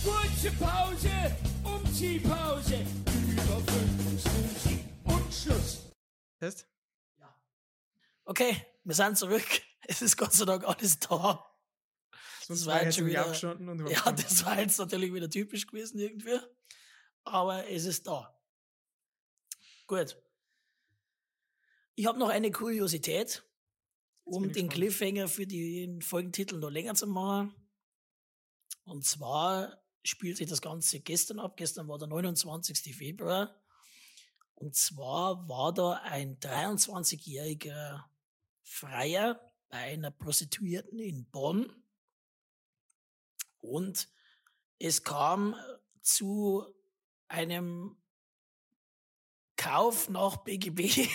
S4: Kurze Pause, Umziehpause. Überbrückungsmusik. Und Schluss.
S3: Test?
S2: Okay, wir sind zurück. Es ist Gott sei Dank alles da.
S3: Sonst
S2: Das
S3: war
S2: war jetzt
S3: ich jetzt
S2: schon
S3: wieder
S2: wieder-
S3: aufgestanden und
S2: Ja, das war jetzt natürlich wieder typisch gewesen irgendwie. Aber es ist da. Gut. Ich habe noch eine Kuriosität, um
S3: bin ich
S2: den
S3: gespannt.
S2: Cliffhanger für den Folgentitel noch länger zu machen. Und zwar spielt sich das Ganze gestern ab. Gestern war der 29. Februar. Und zwar war da ein 23-jähriger Freier bei einer Prostituierten in Bonn. Und es kam zu einem Kauf nach BGB.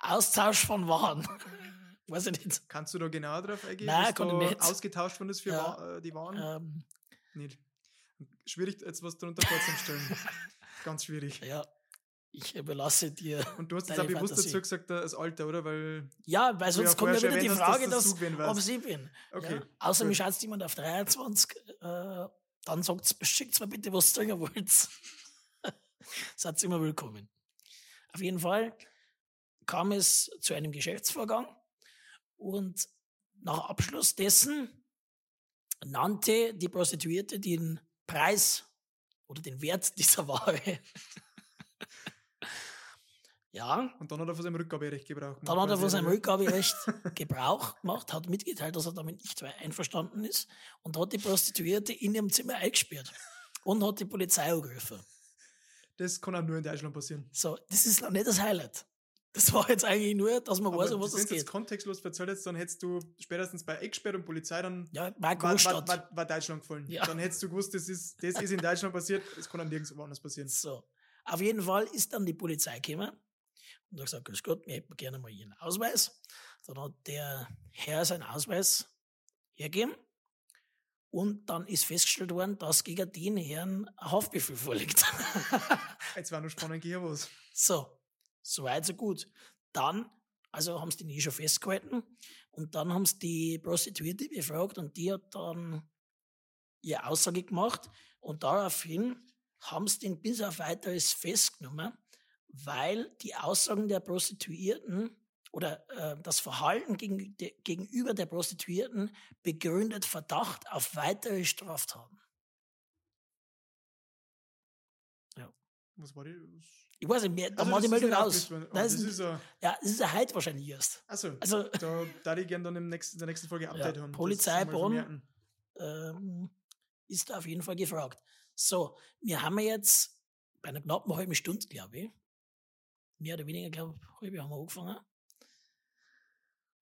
S2: Austausch von Waren. Weiß ich nicht.
S3: Kannst du da genau drauf eingehen?
S2: Nein,
S3: was
S2: kann ich
S3: da
S2: nicht.
S3: Ausgetauscht worden ist für
S2: Ja.
S3: Wa- äh, die Waren?
S2: Ähm,
S3: Nicht. Schwierig, jetzt was darunter vorzustellen. Ganz schwierig.
S2: ja, ich überlasse dir.
S3: Und du hast jetzt auch
S2: Deine
S3: bewusst
S2: Fantasie.
S3: dazu gesagt, äh, das Alter, oder? Weil
S2: Ja, weil
S3: du
S2: sonst kommt
S3: vorher
S2: ja
S3: schon
S2: wieder die
S3: erwähnt hast,
S2: Frage,
S3: dass
S2: dass,
S3: du gewesen
S2: ob
S3: warst.
S2: sie bin.
S3: Okay,
S2: Ja? Außer
S3: gut.
S2: mich schaut jemand auf 23, äh, dann sagt schickt mir bitte, was ihr trinken wollt. Seid immer willkommen. Auf jeden Fall kam es zu einem Geschäftsvorgang und nach Abschluss dessen nannte die Prostituierte den Preis oder den Wert dieser Ware. ja,
S3: Und dann hat er von seinem Rückgaberecht gebraucht.
S2: dann hat er von
S3: Quasi,
S2: seinem
S3: oder?
S2: Rückgaberecht Gebrauch gemacht, hat mitgeteilt, dass er damit nicht einverstanden ist und hat die Prostituierte in ihrem Zimmer eingesperrt und hat die Polizei angerufen.
S3: Das kann auch nur in Deutschland passieren.
S2: So, das ist noch nicht das Highlight. Das war jetzt eigentlich nur, dass man weiß, um was
S3: wenn
S2: es
S3: du jetzt
S2: geht.
S3: kontextlos verzählt hättest, dann hättest du spätestens bei Eckspert und Polizei dann
S2: Ja, Marco
S3: war, war,
S2: Stadt.
S3: war, war Deutschland gefallen.
S2: Ja.
S3: Dann hättest du gewusst, das ist, das ist in Deutschland passiert, es kann auch nirgendwo anders passieren.
S2: So. Auf jeden Fall ist dann die Polizei gekommen und hat gesagt, grüß Gott, wir hätten gerne mal Ihren Ausweis. Dann hat der Herr seinen Ausweis hergegeben und dann ist festgestellt worden, dass gegen den Herrn ein Haftbefehl vorliegt.
S3: Jetzt war nur spannend, geh was.
S2: So, soweit, so gut. Dann, also haben sie den eh schon festgehalten und dann haben sie die Prostituierte befragt und die hat dann ihre Aussage gemacht und daraufhin haben sie den bis auf weiteres festgenommen, weil die Aussagen der Prostituierten oder äh, das Verhalten gegen, de, gegenüber der Prostituierten begründet Verdacht auf weitere Straftaten.
S3: Was war die?
S2: Ich weiß nicht, mehr, da
S3: Also
S2: war die
S3: das ist
S2: Meldung
S3: ein
S2: raus.
S3: Aufriss, wenn- oh,
S2: Nein,
S3: Das
S2: es-
S3: ist ein.
S2: ja, es ist ja heute wahrscheinlich erst.
S3: Achso,
S2: Also,
S3: da darf ich gerne dann im nächsten, in der nächsten Folge ein
S2: Ja,
S3: Update haben. Das
S2: Polizei
S3: mal
S2: Bonn.
S3: vermerken.
S2: ähm, ist da auf jeden Fall gefragt. So, wir haben ja jetzt bei einer knappen halben Stunde, glaube ich, mehr oder weniger, glaube ich, halbe haben wir angefangen.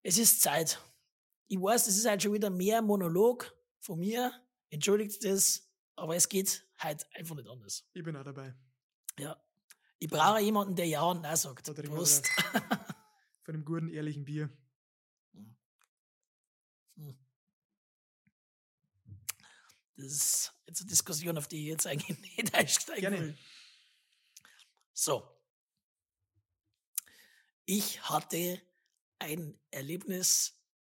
S2: Es ist Zeit. Ich weiß, das ist halt schon wieder mehr Monolog von mir. Entschuldigt das, aber es geht halt einfach nicht anders.
S3: Ich bin auch dabei.
S2: Ja. Ich brauche jemanden, der Ja und Nein sagt.
S3: Da trinken wir
S2: Prost.
S3: Von einem guten, ehrlichen Bier.
S2: Das ist jetzt eine Diskussion, auf die ich jetzt eigentlich nicht einsteigen
S3: Gerne.
S2: will. So. Ich hatte ein Erlebnis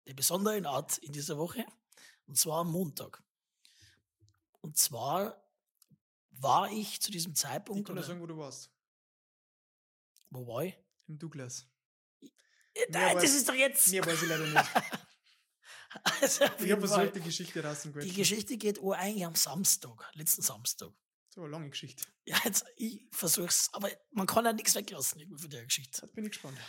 S2: der besonderen Art in dieser Woche, und zwar am Montag. Und zwar war ich zu diesem
S3: Ich
S2: Zeitpunkt,
S3: kann dir
S2: oder
S3: sagen, wo du warst.
S2: wo war ich?
S3: Im Douglas.
S2: Nein, Äh, das
S3: weiß-
S2: ist doch jetzt.
S3: Mehr weiß ich leider nicht.
S2: Also auf
S3: Ich
S2: jeden
S3: habe
S2: Fall.
S3: versucht, die Geschichte
S2: Die
S3: rauszuquetschen.
S2: Geschichte geht oh, eigentlich am Samstag, letzten Samstag.
S3: So, eine lange Geschichte.
S2: Ja, jetzt, ich versuch's, aber man kann ja nichts weglassen irgendwie von der Geschichte.
S3: Jetzt bin ich gespannt.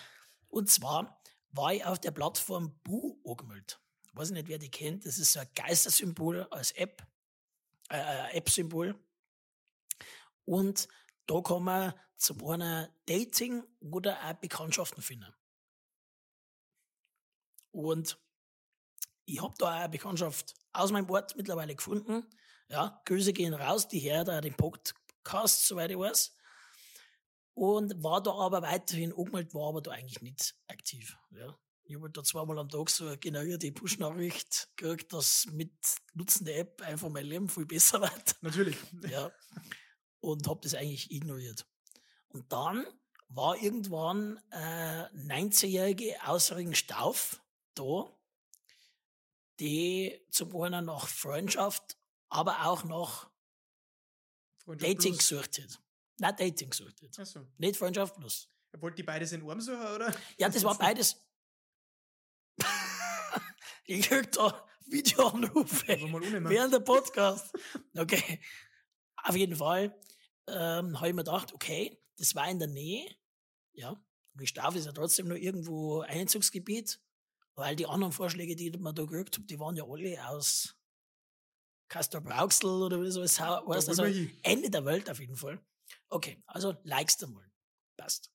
S2: Und zwar war ich auf der Plattform Bu angemeldet. Weiß ich nicht, wer die kennt. Das ist so ein Geistersymbol als App, äh, äh, App-Symbol. Und da kann man zum einen Dating oder auch Bekanntschaften finden. Und ich habe da auch eine Bekanntschaft aus meinem Ort mittlerweile gefunden. Ja, Grüße gehen raus, die hört da den Podcast, soweit ich weiß und war da aber weiterhin angemeldet, war aber da eigentlich nicht aktiv. Ja. Ich habe da zweimal am Tag so eine generierte Push-Nachricht gekriegt, dass mit Nutzen der App einfach mein Leben viel besser wird.
S3: Natürlich.
S2: Ja. Und habe das eigentlich ignoriert. Und dann war irgendwann äh, 19-jährige außerregen Stauf da, die zum einen nach Freundschaft, aber auch nach
S3: Freundschaft
S2: Dating
S3: plus.
S2: gesucht hat. Nein, Dating gesucht hat.
S3: Achso.
S2: Nicht Freundschaft plus.
S3: Wollt die beides in Arm suchen, oder?
S2: Ja, das war beides. ich höre da Videoanrufe
S3: Also mal ohne Mann.
S2: während der Podcast. Okay. Auf jeden Fall ähm, habe ich mir gedacht, okay, das war in der Nähe. Ja. Und ich darf ist ja trotzdem nur irgendwo Einzugsgebiet, weil die anderen Vorschläge, die man da gekriegt habe, die waren ja alle aus Castor Brauxel oder wie so es hau- heißt.
S3: wollen
S2: Also
S3: wir hin.
S2: Ende der Welt auf jeden Fall. Okay, also likes du mal. Passt.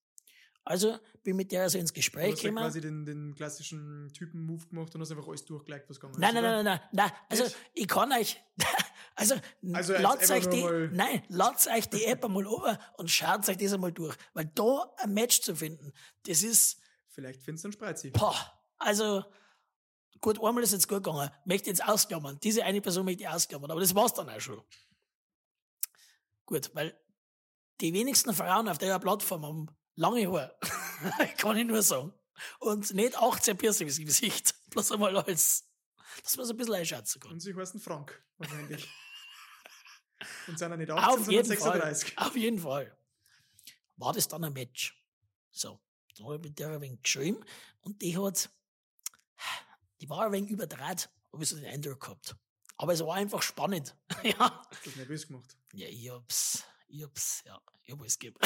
S2: Also bin mit der also ins
S3: Du
S2: Gespräch
S3: hast ja
S2: gekommen.
S3: quasi den, den klassischen Typen-Move gemacht und hast einfach alles durchgelegt, was gegangen
S2: Nein,
S3: ist.
S2: nein, nein, nein, nein. Also
S3: Nicht?
S2: ich kann euch. Also,
S3: Also als
S2: lad's
S3: App
S2: euch die,
S3: einmal-
S2: nein, lad's euch die App einmal over und schaut euch das einmal durch. Weil da ein Match zu finden, das ist,
S3: Vielleicht findest du einen Spreizi.
S2: boah, also gut, einmal ist jetzt gut gegangen. Möchte jetzt ausklammern. Diese eine Person möchte ich ausklammern, aber das war's dann auch schon. Gut, weil die wenigsten Frauen auf der Plattform haben lange Haare. kann ich nur sagen. Und nicht 18 Piercings im Gesicht. Bloß einmal als, dass man so ein bisschen einschätzen kann.
S3: Und sie heißen Frank, wahrscheinlich. und sind ja nicht 18,
S2: Auf
S3: sondern
S2: jeden,
S3: 36.
S2: Fall, auf jeden Fall. War das dann ein Match? So, da habe ich mit der ein wenig geschrieben und die hat, die war ein wenig überdraht, habe ich so den Eindruck gehabt. Aber es war einfach spannend. ja.
S3: Hast du das nervös gemacht?
S2: ja, ich hab's, ich hab's, ja, ich hab alles gegeben.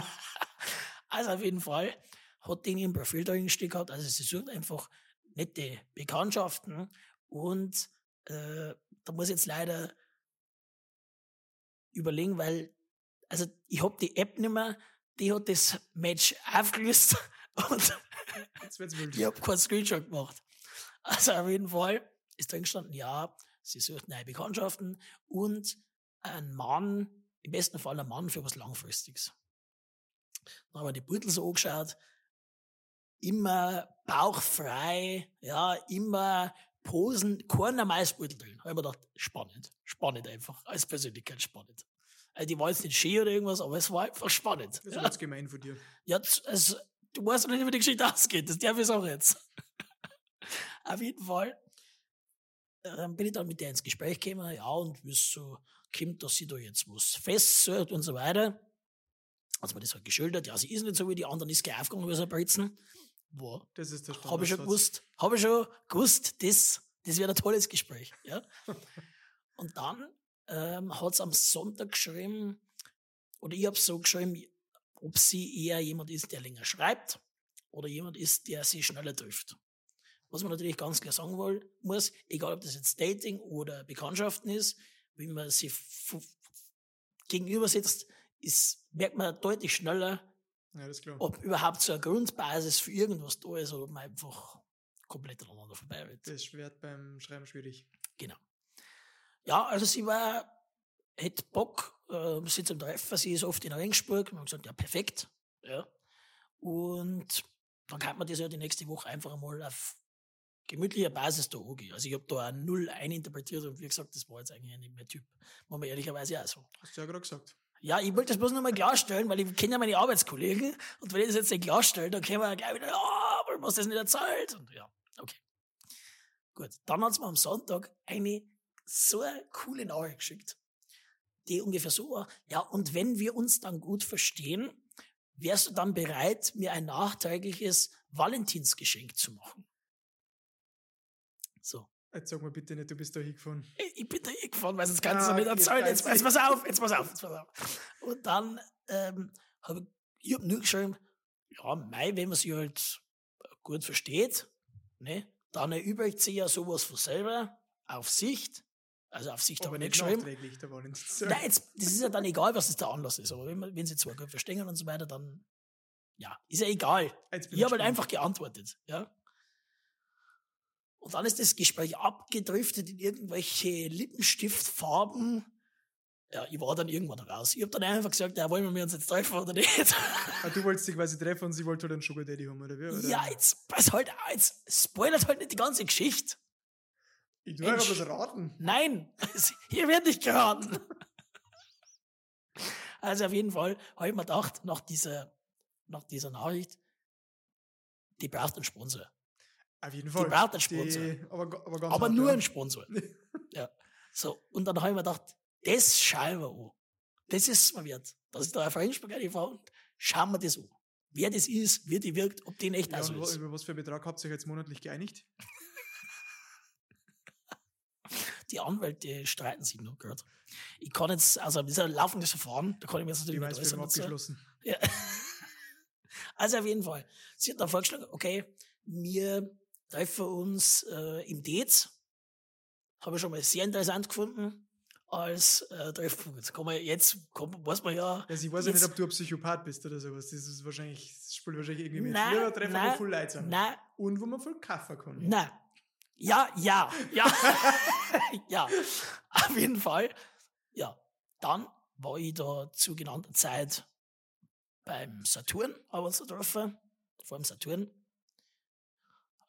S2: also auf jeden Fall hat die in ihrem Profil da hingestellt gehabt, also sie sucht einfach nette Bekanntschaften und äh, da muss ich jetzt leider überlegen, weil, also ich hab die App nicht mehr, die hat das Match aufgelöst und
S3: Jetzt wird's wild.
S2: ich habe keinen Screenshot gemacht. Also auf jeden Fall ist drin gestanden, ja, sie sucht neue Bekanntschaften und einen Mann, im besten Fall einen Mann für was Langfristiges. Dann haben wir die Beutel so angeschaut, immer bauchfrei, ja, immer Posen, keiner Maisbeutel drin. Habe ich mir gedacht, spannend, spannend einfach, als Persönlichkeit spannend. Also die war jetzt nicht schön oder irgendwas, aber es war einfach spannend.
S3: Das ist jetzt gemein von dir.
S2: Ja, z- also, du weißt doch nicht, wie die Geschichte ausgeht. Das darf ich auch jetzt. Auf jeden Fall ähm, bin ich dann mit der ins Gespräch gekommen. Ja, und wie es so kommt, dass sie da jetzt was festsucht und so weiter. Hat sie mir das halt geschildert. Ja, sie ist nicht so wie die anderen, ist gleich aufgegangen, wie so ein Britzen. Boah,
S3: Das ist der Standard.
S2: habe ich schon gewusst, habe ich schon gewusst, das, das wäre ein tolles Gespräch. Ja? Und dann ähm, hat es am Sonntag geschrieben, oder ich habe so geschrieben, ob sie eher jemand ist, der länger schreibt, oder jemand ist, der sie schneller trifft. Was man natürlich ganz klar sagen will, muss, egal ob das jetzt Dating oder Bekanntschaften ist, wenn man sie f- f- gegenüber sitzt, ist, merkt man deutlich schneller,
S3: Ja, das ist klar.
S2: ob überhaupt so eine Grundbasis für irgendwas da ist oder ob man einfach komplett aneinander vorbei wird.
S3: Das Schwert beim Schreiben schwierig.
S2: Genau. Ja, also sie war, hätte Bock, äh, sie zum Treffen, sie ist oft in Regensburg, und haben gesagt, ja, perfekt. Ja. Und dann kann man das ja die nächste Woche einfach einmal auf gemütlicher Basis da angehen. Also ich habe da auch null eininterpretiert und wie gesagt, das war jetzt eigentlich nicht mein Typ. Muss man ehrlicherweise auch sagen.
S3: Hast du ja gerade gesagt.
S2: Ja, ich wollte das bloß nochmal klarstellen, weil ich kenne ja meine Arbeitskollegen und wenn ich das jetzt nicht klarstelle, dann können wir gleich wieder, ja, aber du hast das nicht erzählt. Und ja, okay. Gut, dann hat's mir am Sonntag eine so eine coole Nachricht geschickt, die ungefähr so war, ja, und wenn wir uns dann gut verstehen, wärst du dann bereit, mir ein nachträgliches Valentinsgeschenk zu machen. So.
S3: Jetzt sag mal bitte nicht, du bist da hingefahren.
S2: Ich- Ich bin da hingefahren, weil sonst kannst du
S3: Ah,
S2: nicht
S3: okay, jetzt
S2: erzählen. Jetzt,
S3: weiß
S2: jetzt pass auf, jetzt pass auf, jetzt pass auf. Und dann ähm, habe ich, ich hab nur geschrieben, ja, mei, wenn man sich halt gut versteht, ne, dann erübrigt sich ja sowas von selber auf Sicht. Also auf Sicht habe ich nicht geschrieben.
S3: Oh, nachträglich, der Valentinstag.
S2: Nein, jetzt, das ist ja dann egal, was das der Anlass ist. Aber wenn, man- wenn sie zwei gut verstehen und so weiter, dann ja, ist ja egal.
S3: Jetzt bin
S2: Ich habe halt
S3: gespannt.
S2: einfach geantwortet, ja. Und dann ist das Gespräch abgedriftet in irgendwelche Lippenstiftfarben. Ja, ich war dann irgendwann raus. Ich habe dann einfach gesagt, ja, wollen wir uns jetzt treffen oder nicht?
S3: Ah, du wolltest dich quasi treffen und sie wollte halt einen Sugar Daddy haben, oder wie? Oder?
S2: ja, jetzt pass halt, auf, jetzt spoilert halt nicht die ganze Geschichte.
S3: Ich tu aber
S2: Mensch.
S3: was raten.
S2: Nein, es- hier wird nicht geraten. Also auf jeden Fall habe ich mir gedacht, nach dieser, nach dieser Nachricht, die braucht einen Sponsor.
S3: Auf jeden Fall.
S2: braucht einen Sponsor.
S3: aber, ga- aber, ganz
S2: Aber
S3: hart,
S2: nur
S3: ja.
S2: einen Sponsor. Ja. So, und dann habe ich mir gedacht, das schauen wir an. Das ist es mir wert. Dass ich da auf Rennspaghetti fahre und schauen wir das an. Wer das ist, wie die wirkt, ob die in echt
S3: Ja,
S2: also
S3: und wa-
S2: ist.
S3: über was für einen Betrag habt ihr euch jetzt monatlich geeinigt?
S2: Die Anwälte streiten sich nur gerade. Ich kann jetzt, also das ist ein laufendes Verfahren, da kann ich mir jetzt
S3: Die
S2: natürlich
S3: weiß,
S2: nicht äußern
S3: wir haben
S2: Also und so.
S3: abgeschlossen.
S2: Ja. Also auf jeden Fall. Sie hat dann vorgeschlagen, okay, wir treffen uns äh, im Dez. Habe ich schon mal sehr interessant gefunden als äh, Treffpunkt. Kann man jetzt, kann, man- weiß man ja.
S3: Ja, sie also weiß ja nicht,
S2: jetzt-
S3: ob du ein Psychopath bist oder sowas. Das ist wahrscheinlich, das spielt wahrscheinlich irgendwie mit
S2: Nein,
S3: Vierer Treffen, wo
S2: nein,
S3: voll Leute sind.
S2: Nein,
S3: Und wo man voll Kaffee kann.
S2: nein. Ja, ja, ja. ja, auf jeden Fall. Ja, dann war ich da zu genannter Zeit beim Saturn, haben wir uns getroffen, vor dem Saturn.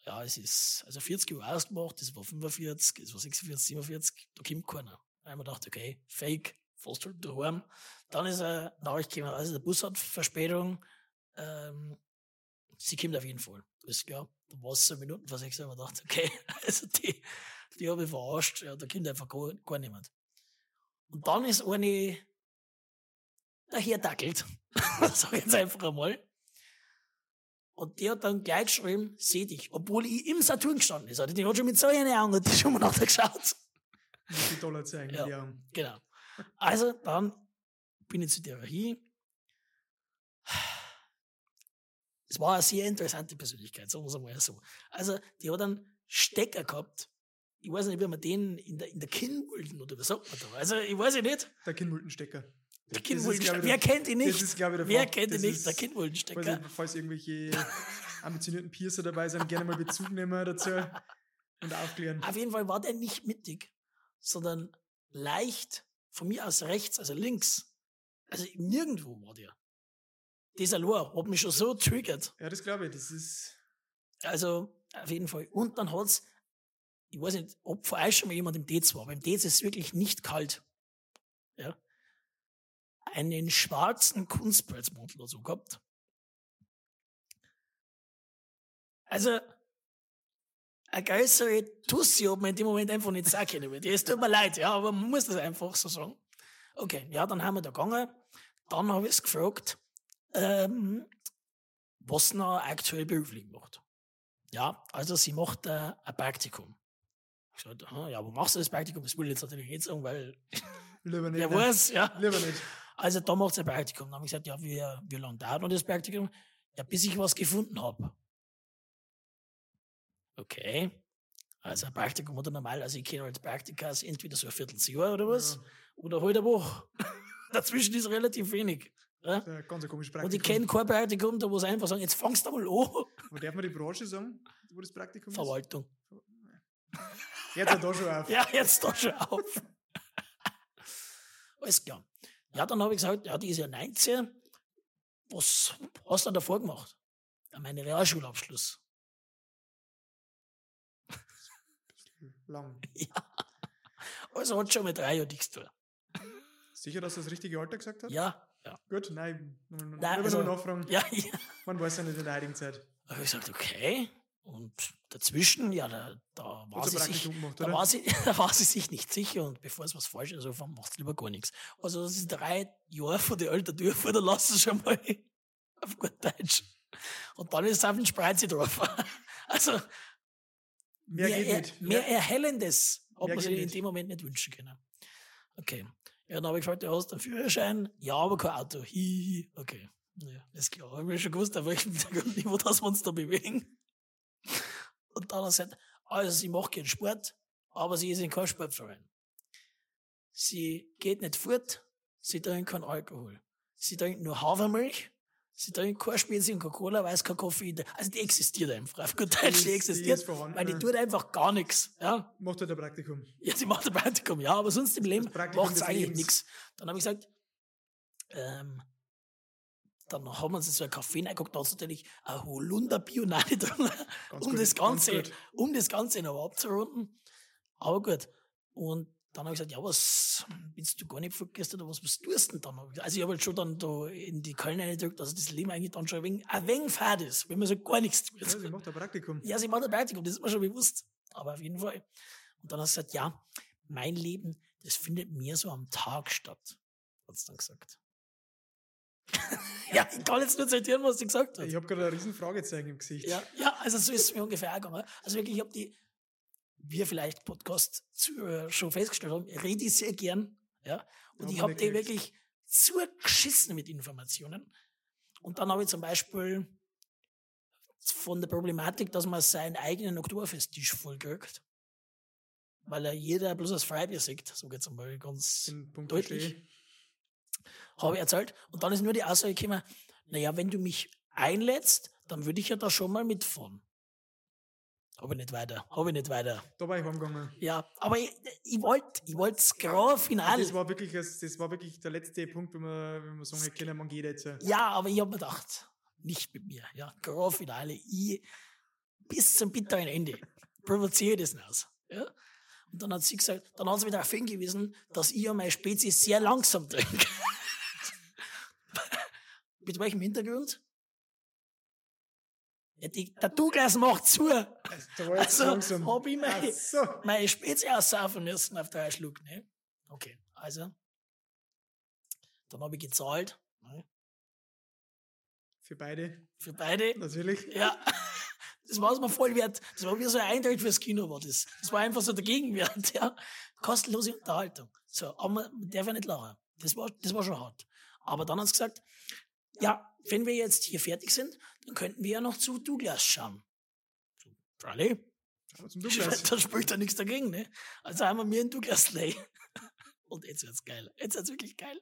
S2: Ja, es ist, also 40 Uhr ausgemacht, es war 45, es war 46, 47, da kommt keiner. Da haben wir gedacht, okay, fake, fast halt daheim. Dann ist eine Nachricht gekommen, also der Bus hat Verspätung, ähm, sie kommt auf jeden Fall. Alles klar, da war es so Minuten vor sechs, haben wir gedacht, okay, also die, die habe ich verarscht, ja, da kommt einfach gar, gar niemand. Und dann ist eine daher dackelt, sag ich jetzt einfach einmal. Und die hat dann gleich geschrieben, seh dich, obwohl ich im Saturn gestanden ist. Also die hat schon mit so einer Augen die schon mal nachgeschaut.
S3: Wie viel Dollar zeigen
S2: Ja.
S3: die haben.
S2: Genau. Also, dann bin ich zu der hin. Es war eine sehr interessante Persönlichkeit, sagen wir es mal so. Also, die hat einen Stecker gehabt. Ich weiß nicht, wie man den in der, in der Kinnwulden oder was sagt man da? Also, ich weiß ja nicht.
S3: Der Kinnmultenstecker.
S2: Der
S3: ist, glaub
S2: Kinnwuldenstecker.
S3: ich,
S2: Wer
S3: der-
S2: kennt ihn
S3: Das ist,
S2: nicht?
S3: glaube ich, der
S2: Wer
S3: Fall.
S2: kennt ihn
S3: Das
S2: nicht?
S3: ist-
S2: Der
S3: Falls,
S2: Kinnwuldenstecker.
S3: falls irgendwelche ambitionierten Piercer dabei sind, gerne mal Bezug nehmen dazu und aufklären.
S2: Auf jeden Fall war der nicht mittig, sondern leicht von mir aus rechts, also links. Also nirgendwo war der. Dieser Lore hat mich schon so triggert.
S3: Ja, das glaube ich, das ist.
S2: Also auf jeden Fall. Und dann hat's, ich weiß nicht, ob vor allem schon mal jemand im Dez war, aber im Dez ist es wirklich nicht kalt. Ja. Einen schwarzen Kunstpelzmantel oder so gehabt. Also, eine größere Tussi hat man in dem Moment einfach nicht sagen können. weil die- Es tut mir leid, ja, aber man muss das einfach so sagen. Okay, ja, dann haben wir da gegangen. Dann habe ich es gefragt, ähm, was sie noch aktuell beruflich macht. Ja, also sie macht äh, ein Praktikum. Ich sagte, aha, ja, wo machst du das Praktikum? Das will ich jetzt natürlich nicht sagen, weil
S3: Lieber nicht.
S2: der
S3: ne?
S2: weiß, ja.
S3: Lieber nicht.
S2: Also da macht sie ein Praktikum. Dann habe ich gesagt, ja, wie, wie lange dauert noch das Praktikum? Ja, bis ich was gefunden habe. Okay. Also ein Praktikum oder normal, also ich kenne als Praktika ist entweder so ein Vierteljahr oder was,
S3: Ja.
S2: oder halt eine Woche. Dazwischen ist relativ wenig. Ja?
S3: Der ganz eine komische
S2: Und
S3: Praktikum.
S2: ich kenne kein Praktikum, da muss einfach sagen, jetzt fangst du mal an.
S3: Wo darf man die Branche sagen, wo das Praktikum ist?
S2: Verwaltung.
S3: Jetzt hat er da schon auf.
S2: Ja, jetzt doch schon auf. Alles klar. Ja, dann habe ich gesagt, ja, die ist ja 19. Was hast du denn davor gemacht? Ja, meinen Realschulabschluss.
S3: Lang.
S2: Also hat schon mal drei Jahre nichts tun.
S3: Sicher, dass er das richtige Alter gesagt hat?
S2: Ja, ja,
S3: Gut, nein. Nein,
S2: Nein,
S3: lieber
S2: also-
S3: nur nachfragen.
S2: ja, ja.
S3: Man weiß ja nicht in der heutigen Zeit.
S2: Da habe ich gesagt, okay. Und dazwischen, ja, da, da war
S3: Hat
S2: sie
S3: er
S2: sich.
S3: Praktikum gemacht,
S2: Da
S3: oder?
S2: war, sie, da war sie sich nicht sicher und bevor es was falsch ist, also macht es lieber gar nichts. Also das ist drei Jahre von der alten Tür vor, da lassen sie schon mal auf gut Deutsch. Und dann ist es auf den Spreizi drauf. Also
S3: Mehr geht
S2: er,
S3: nicht.
S2: mehr
S3: Ja.
S2: Erhellendes, ob
S3: Mehr
S2: man
S3: geht
S2: sich in
S3: nicht.
S2: dem Moment nicht wünschen können. Okay. Ja, dann habe ich gefragt, du hast einen Führerschein? Ja, aber kein Auto. Hihi. Okay. Ja, ist klar. Hab Ich habe schon gewusst, auf welchem Niveau das wir uns da bewegen. Und dann hat sie gesagt, also sie macht keinen Sport, aber sie ist in keinem Sportverein. Sie geht nicht fort, sie trinkt keinen Alkohol. Sie trinkt nur Hafermilch, sie trinkt kein Spezi und keine Cola, weil es kein Koffein da- Also die existiert einfach. Auf gut Deutsch,
S3: Die
S2: die
S3: ist- die
S2: existiert,
S3: ist vorhanden,
S2: weil die
S3: ja.
S2: tut einfach gar nichts. Ja?
S3: Macht halt ein Praktikum.
S2: ja, sie macht ein Praktikum, ja, aber sonst im Leben
S3: Das Praktikum
S2: macht
S3: des
S2: sie eigentlich
S3: Lebens.
S2: nichts. Dann habe ich gesagt, ähm, dann haben wir uns so einen Kaffee reingeguckt, da ist natürlich ein Holunder Bionade drin, um,
S3: gut,
S2: das
S3: ganz
S2: Ganze,
S3: gut.
S2: um das Ganze noch abzurunden. Aber gut. Und dann habe ich gesagt, ja, was bist du gar nicht vergessen oder was, was tust du denn dann? Hab ich gesagt, Also ich habe halt schon dann da in die Köln reingedrückt, dass das Leben eigentlich dann schon ein wenig, ein wenig fad ist, wenn man so gar nichts tut.
S3: Ja, sie macht ein Praktikum.
S2: Ja, sie macht ein Praktikum, das ist mir schon bewusst. Aber auf jeden Fall. Und dann hat sie gesagt, ja, mein Leben, das findet mir so am Tag statt. Hat sie dann gesagt. ja, ich kann jetzt nur zitieren, was sie gesagt hat.
S3: Ich habe gerade ein riesen Fragezeichen im Gesicht.
S2: Ja, ja also so ist es mir ungefähr auch gegangen. Also wirklich, ich habe die, wir vielleicht Podcast zu, äh, schon festgestellt haben, rede ich sehr gern. Ja, und
S3: Haben
S2: ich
S3: wir
S2: habe
S3: nicht
S2: die
S3: gekriegt.
S2: wirklich zugeschissen mit Informationen. Und dann habe ich zum Beispiel von der Problematik, dass man seinen eigenen Oktoberfesttisch vollkriegt, weil er jeder bloß als Freibier sieht, so geht's einmal ganz
S3: Den Punkt
S2: Deutlich.
S3: verstehe ich.
S2: habe ich erzählt. Und dann ist nur die Aussage gekommen, naja, wenn du mich einlädst, dann würde ich ja da schon mal mitfahren. Habe ich nicht weiter, habe ich nicht weiter.
S3: Da war ich heimgegangen.
S2: Ja, aber ich, ich wollte ich wollt's gerade final.
S3: Das war, wirklich, das, das war wirklich der letzte Punkt, wenn man, wenn man sagen hätte, können, man geht jetzt.
S2: Ja, aber ich habe mir gedacht, nicht mit mir. Ja, Grand Finale, ich bis zum bitteren Ende provoziere das aus. Ja? Und dann hat sie gesagt, dann hat sie mich darauf hingewiesen, dass ich ja meine Spezies sehr langsam trinke. mit welchem Hintergrund? Ja, die, der Douglas macht zu.
S3: Da war ich jetzt
S2: Also,
S3: langsam.
S2: hab ich mein-
S3: Ach so.
S2: Meine Spezies aussaufen müssen auf drei Schluck. Ne? Okay, also. Dann habe ich gezahlt. Ne?
S3: Für beide,
S2: Für beide.
S3: natürlich.
S2: Ja, das war es mir voll wert. Das war wie so ein Eintritt fürs Kino, war das. Das war einfach so der Gegenwert, ja. Kostenlose Unterhaltung. So, aber man darf ja nicht lachen. Das war, das war schon hart. Aber dann hat sie gesagt, ja, wenn wir jetzt hier fertig sind, dann könnten wir ja noch zu Douglas schauen. So, Freilich.
S3: Aber Zum Douglas.
S2: Da spricht er nichts dagegen, ne? Also haben wir mir in Douglas Lay. Und jetzt wird's geil. Jetzt wird's wirklich geil.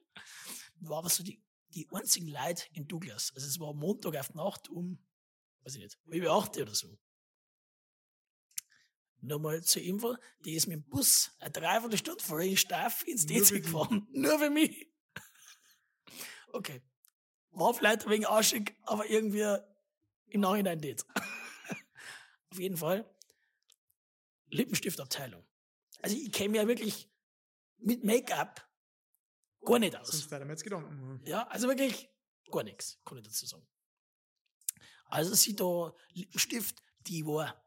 S2: War aber so die, die einzigen Leute in Douglas. Also es war Montag auf Nacht um, weiß ich nicht, über 8 oder so. Nochmal zur Info, die ist mit dem Bus eine Dreiviertelstunde vor ihrem Staff ins
S3: Nur für
S2: DC
S3: die.
S2: gefahren. Nur für mich. Okay. War vielleicht wegen arschig, aber irgendwie im Nachhinein nicht. Auf jeden Fall. Lippenstiftabteilung. Also ich käme ja wirklich mit Make-up gar nicht aus.
S3: Sonst hätte ich mir jetzt Gedanken. gemacht.
S2: Ja, also wirklich gar nichts, kann ich dazu sagen. Also sie da Lippenstift, die war.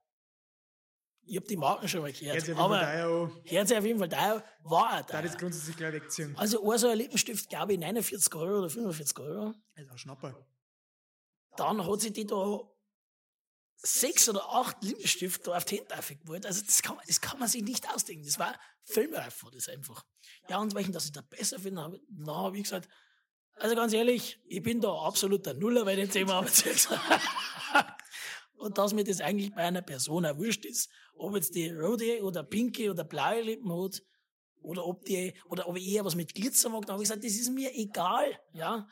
S2: Ich hab die Marken schon mal gehört.
S3: Jetzt habe ich von
S2: aber
S3: daher auch,
S2: hört sich auf jeden Fall da, war auch
S3: da das
S2: da.
S3: grundsätzlich gleich wegziehen.
S2: Also ein so ein Lippenstift, glaube ich, 49 Euro oder 45 Euro.
S3: Also ein Schnapper.
S2: dann hat sie die da sechs oder acht Lippenstifte auf die Hände aufgebaut. Also das kann, man, das kann man sich nicht ausdenken. Das war filmreif, war das einfach. Ja, und welchen, dass ich da besser finde, habe na, hab ich gesagt, also ganz ehrlich, ich bin da absoluter Nuller bei dem Thema Arbeitsrecht. und dass mir das eigentlich bei einer Person auch wurscht ist, ob jetzt die rote oder pinke oder blaue Lippen hat, oder ob die, oder ob ich eher was mit Glitzer mag, dann habe ich gesagt, das ist mir egal, ja.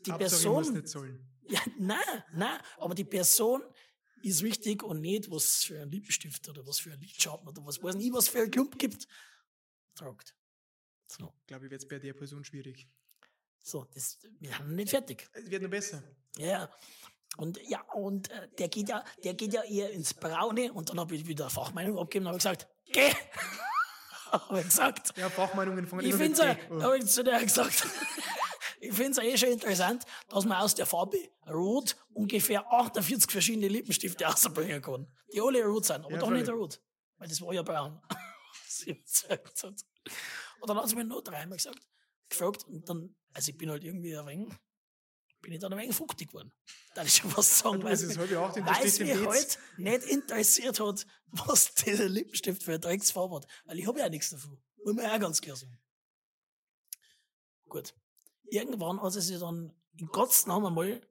S2: Die
S3: Hauptsache, Ich muss
S2: Person,
S3: nicht zahlen.
S2: ja, nein, nein, aber die Person ist wichtig und nicht, was für ein Lippenstift oder was für ein Lidschatten oder was weiß ich, was für ein Klump gibt. Tragt. So,
S3: Ich glaube, ich werde es bei der Person schwierig.
S2: so das, wir haben nicht fertig.
S3: Es wird noch besser.
S2: Ja, Ja. Und ja, und äh, der geht ja, der geht ja eher ins Braune und dann habe ich wieder Fachmeinung abgegeben und habe gesagt, geh! habe ich gesagt.
S3: Ja, Fachmeinungen fangen
S2: Ich
S3: immer mit
S2: finde es,
S3: C. Oh.
S2: habe ich zu dir gesagt, ich finde es eh schon interessant, dass man aus der Farbe Rot ungefähr 48 verschiedene Lippenstifte rausbringen kann. Die alle rot sind, aber
S3: Ja,
S2: doch nicht
S3: völlig.
S2: rot. Weil das war ja braun. Was ich gesagt hat. Und dann hat sie mir noch dreimal gesagt, gefragt, und dann, also ich bin halt irgendwie ein wenig bin ich dann ein wenig fuchtig geworden. Da ist schon was sagen,
S3: Du,
S2: weil
S3: das
S2: es
S3: ist
S2: mich,
S3: halt ja auch den
S2: weil's
S3: verstehst
S2: mich
S3: den Beats.
S2: halt nicht interessiert hat, was dieser Lippenstift für ein Drecksfarbe hat. Weil ich habe ja auch nichts davon. Muss man ja auch ganz klar sagen. Gut. Irgendwann hat sie sich dann in Gottes Namen mal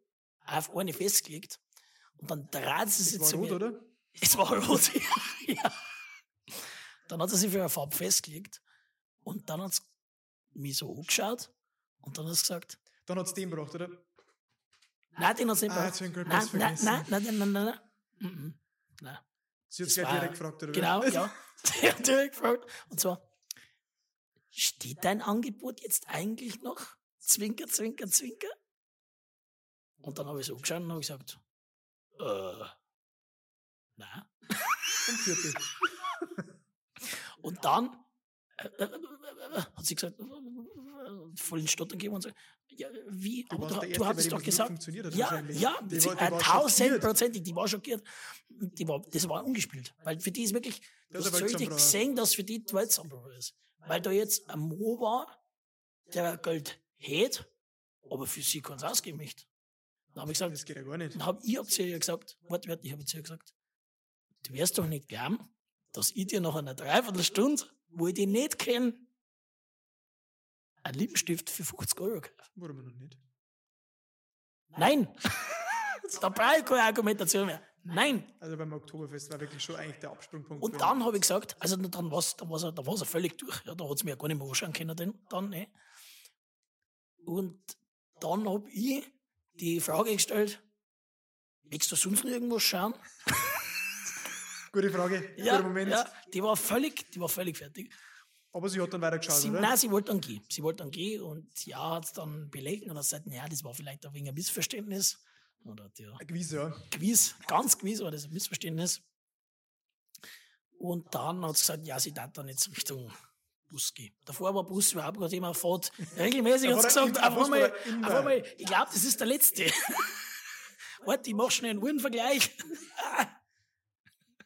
S2: auf eine festgelegt und dann dreht sie sich
S3: Das
S2: zu
S3: war rot,
S2: mir.
S3: oder?
S2: Es war rot. ja. Dann hat er sich für eine Farbe festgelegt und dann hat mich so angeschaut und dann hat sie gesagt,
S3: Dann hat es den gebracht, oder?
S2: nein, den hat nicht
S3: Ah,
S2: gebraucht.
S3: jetzt hab ich grad
S2: nein,
S3: was
S2: nein,
S3: vergessen.
S2: nein, nein, nein, nein, nein, nein, mhm. nein.
S3: Sie hat
S2: Das
S3: gleich
S2: war-
S3: direkt gefragt, oder?
S2: Genau, ja. Die hat direkt gefragt. Und zwar, steht dein Angebot jetzt eigentlich noch? Zwinker, zwinker, zwinker. Und dann habe ich so angeschaut und habe gesagt, äh, nein.
S3: Vom Viertel.
S2: Und dann äh, äh, äh, hat sie gesagt, äh, voll in Stottern gegeben und so, ja, wie,
S3: Du
S2: aber
S3: warst
S2: du, du
S3: der Erste, bei
S2: hattest
S3: dem
S2: doch
S3: das nicht
S2: gesagt,
S3: funktioniert hat
S2: ja,
S3: wahrscheinlich.
S2: ja,
S3: Die
S2: sie-
S3: war- die
S2: äh,
S3: war
S2: tausendprozentig, die war schockiert. Und Die war, das war ungespielt, weil für die ist wirklich, du
S3: Das ist
S2: hast
S3: ein
S2: so richtig
S3: Weltsambrauer.
S2: gesehen, dass für die die Welt Sambrauer ist. Weil da jetzt ein Mo war, der Geld hält, aber für sie kann es ausgeben nicht. Dann habe ich gesagt,
S3: Das geht ja gar nicht.
S2: dann habe ich hab zu ihr gesagt, wortwörtlich habe ich zu ihr gesagt, du wirst doch nicht glauben, dass ich dir nach einer Dreiviertelstunde, wo ich dich nicht kenne, einen Lippenstift für 50 Euro kaufe.
S3: Wurde man noch nicht.
S2: Nein! da brauche ich keine Argumentation mehr. Nein!
S3: Also beim Oktoberfest war wirklich schon eigentlich der Absprungpunkt.
S2: Und dann habe ich gesagt, also dann war es dann war's, er- dann war's er völlig durch. Ja, da hat es mir ja gar nicht mehr anschauen können, denn, dann, ne? Und dann habe ich die Frage gestellt, willst du sonst noch irgendwas schauen?
S3: Gute Frage.
S2: Ja,
S3: Guter Moment.
S2: ja, die war völlig, die war völlig fertig.
S3: Aber sie hat dann weitergeschaut,
S2: Sie,
S3: oder?
S2: nein, sie wollte dann gehen. Sie wollte dann gehen und ja, hat es dann belegt und hat gesagt, naja, das war vielleicht ein wenig ein Missverständnis. Oder ja,
S3: Eine Gewisse, ja.
S2: gewiss, ganz gewiss war das ein Missverständnis. Und dann hat sie gesagt, ja, sie darf dann jetzt Richtung Bus gehen. Davor war Bus überhaupt kein Thema, fährt regelmäßig
S3: Da
S2: und sie
S3: war er
S2: gesagt,
S3: im-
S2: auf
S3: Bus war
S2: einmal,
S3: er immer.
S2: auf einmal, ich glaube, das ist der letzte. Warte, ich mache schnell einen Uhrenvergleich.